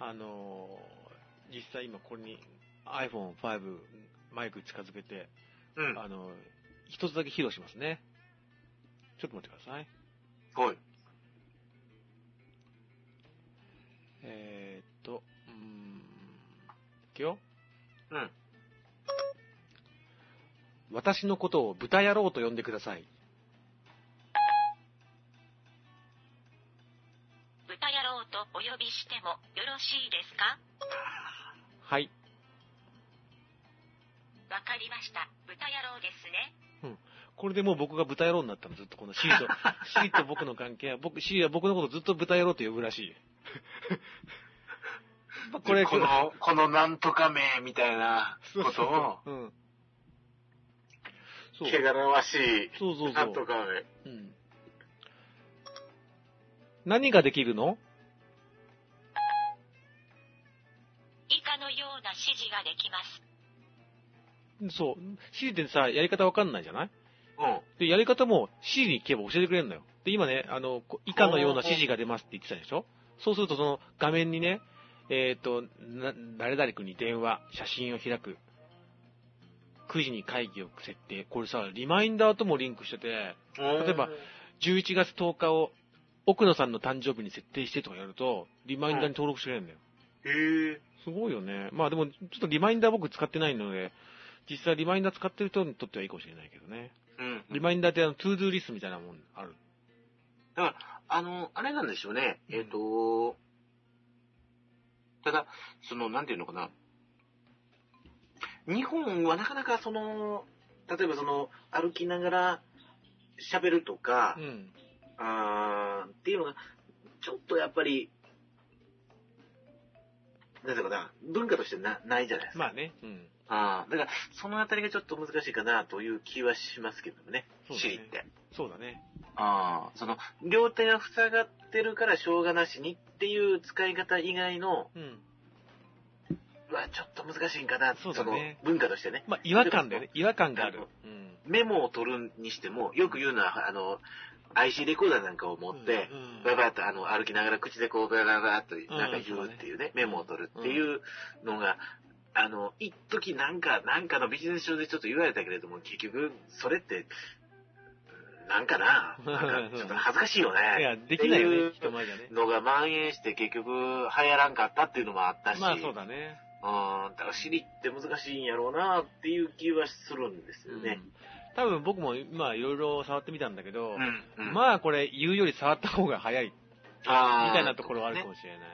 Speaker 1: あのー実際今これに iPhone5 マイク近づけて、
Speaker 2: うん。
Speaker 1: あのー一つだけ披露しますね。ちょっと待ってください。
Speaker 2: はい。
Speaker 1: えー、っと、うーん、いくよ。
Speaker 2: うん。
Speaker 1: 私のことを豚野郎と呼んでください。
Speaker 3: 豚野郎とお呼びしてもよろしいですか
Speaker 1: はい。
Speaker 3: わかりました。豚野郎ですね。
Speaker 1: これでもう僕が豚野郎になったの、ずっとこのシリ と、シリと僕の関係は、僕、シリは僕のことずっと豚野郎と呼ぶらし い。まあこ
Speaker 2: こ
Speaker 1: れ、
Speaker 2: この、このなんとか名みたいな
Speaker 1: そう
Speaker 2: こ
Speaker 1: そ
Speaker 2: と
Speaker 1: う
Speaker 2: を、
Speaker 1: そう。うん。そう。
Speaker 2: 汚らわしい、
Speaker 1: そうそうそ
Speaker 2: なんと
Speaker 1: う。
Speaker 2: か名。
Speaker 1: うん、何ができるの
Speaker 3: 以下のような指示ができます。
Speaker 1: そう。シリってさ、やり方わかんないじゃない
Speaker 2: うん。
Speaker 1: で、やり方も C に聞けば教えてくれるのよ。で、今ね、あの、こ以下のような指示が出ますって言ってたでしょそうすると、その画面にね、えっ、と、な、誰々君に電話、写真を開く。9時に会議を設定。これさ、リマインダーともリンクしてて、例えば11月10日を奥野さんの誕生日に設定してとかやると、リマインダーに登録してくれるんだよ。
Speaker 2: へえ。
Speaker 1: すごいよね。まあでも、ちょっとリマインダー僕使ってないので、実際リマインダー使ってる人にとってはいいかもしれないけどね。
Speaker 2: うん。
Speaker 1: リマインダーってあの、トゥードゥーリストみたいなもんある。
Speaker 2: あの、あれなんですよね。
Speaker 1: うん
Speaker 2: えっ、と、ただ、その、なんていうのかな。日本はなかなかその、例えばその、歩きながら喋るとか
Speaker 1: う、ん。
Speaker 2: あーっていうのが、ちょっとやっぱり、なんていうのかな、文化としてなないじゃないですか。
Speaker 1: まあね。うん。
Speaker 2: あーだから、そのあたりがちょっと難しいかなという気はしますけどもね、
Speaker 1: そうだ
Speaker 2: シリ
Speaker 1: ね
Speaker 2: って。
Speaker 1: そうだね。
Speaker 2: ああ、その、両手が塞がってるからしょうがなしにっていう使い方以外の
Speaker 1: うん。
Speaker 2: はちょっと難しいんかな、
Speaker 1: そうだね
Speaker 2: の文化としてね。
Speaker 1: まあ、違和感だよね。違和感がある
Speaker 2: なる。
Speaker 1: うん。
Speaker 2: メモを取るにしても、よく言うのは、あの、IC レコーダーなんかを持って、
Speaker 1: うん
Speaker 2: ババッとあの歩きながら口でこうバババッとなんか言うっていうね、メモを取るっていうのが、あの、一時なんか、なんかのビジネス書でちょっと言われたけれども、結局、それって、うんなんかな、なんかちょっと恥ずかしいよね。
Speaker 1: いや、できないよ
Speaker 2: ってい
Speaker 1: ね
Speaker 2: う、
Speaker 1: 人前じゃね。
Speaker 2: のが蔓延して結局流行らんかったっていうのもあったし、
Speaker 1: まあ、そうだね。
Speaker 2: うん、だから知りって難しいんやろうなっていう気はするんですよね。
Speaker 1: 多分僕も、まあ、いろいろ触ってみたんだけど、
Speaker 2: うんあ、
Speaker 1: まあ、これ、言うより触った方が早い、み
Speaker 2: あー
Speaker 1: たいなところはあるか
Speaker 2: ね
Speaker 1: もしれない。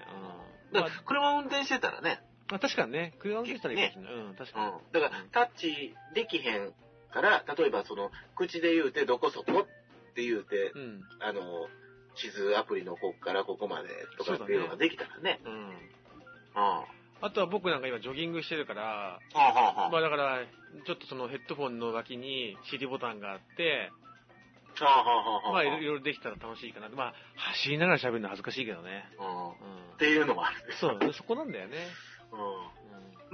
Speaker 1: うん。ま
Speaker 2: だか
Speaker 1: あ
Speaker 2: ら車運転してたらね、
Speaker 1: まあ、確かにね、車運転したらいいかもしれない。うん、確
Speaker 2: う
Speaker 1: かに
Speaker 2: ん。だからタッチできへんから、例えばその、口で言うてどこそこって言うて、。
Speaker 1: うん。
Speaker 2: あの、地図アプリのここからここまでとかっていうのができたらね。
Speaker 1: うん。
Speaker 2: うん。は
Speaker 1: あとは僕なんか今ジョギングしてるから、
Speaker 2: あはあ
Speaker 1: ま
Speaker 2: は
Speaker 1: あだから、ちょっとそのヘッドフォンの脇に CD ボタンがあって、
Speaker 2: あ。はあはあはあ。
Speaker 1: まあいろいろできたら楽しいかな。まあ走りながら喋るの恥ずかしいけどね。
Speaker 2: うん。っ
Speaker 1: う
Speaker 2: ていうのもある。
Speaker 1: ん。そう、そこなんだよね。
Speaker 2: うん。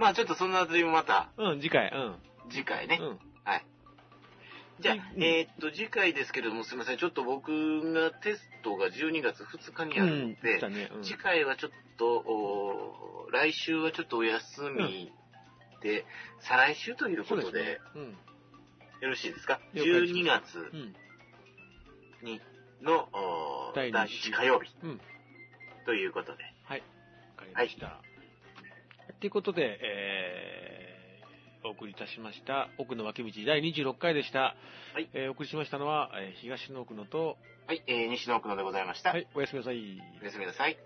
Speaker 2: まあちょっとそのあたりもまた
Speaker 1: うん、うん、次回、うん。
Speaker 2: 次回ね。
Speaker 1: うん。
Speaker 2: はい。じゃあ、
Speaker 1: うん
Speaker 2: えーっと、次回ですけれども、すみません。ちょっと僕がテストが12月2日にあるの
Speaker 1: う
Speaker 2: で
Speaker 1: ん、だね。うん
Speaker 2: 次回はちょっと、おー来週はちょっとお休みで、再来週というこ
Speaker 1: そうで
Speaker 2: と
Speaker 1: す
Speaker 2: で、
Speaker 1: ね。うん。
Speaker 2: よろしいですか
Speaker 1: 了解です
Speaker 2: ?12 月
Speaker 1: うん。
Speaker 2: の、おー
Speaker 1: 第
Speaker 2: 第
Speaker 1: 二週
Speaker 2: 1火曜日、
Speaker 1: うん
Speaker 2: ということで。
Speaker 1: はい。わかりました。ということで、えー、お送りいたしました、奥の脇道第26回でした。
Speaker 2: はい
Speaker 1: えーお送りしましたのは、えー東の奥野と、
Speaker 2: はい、えー西の奥野でございました。
Speaker 1: はい、おやすみなさい。
Speaker 2: おやすみなさい。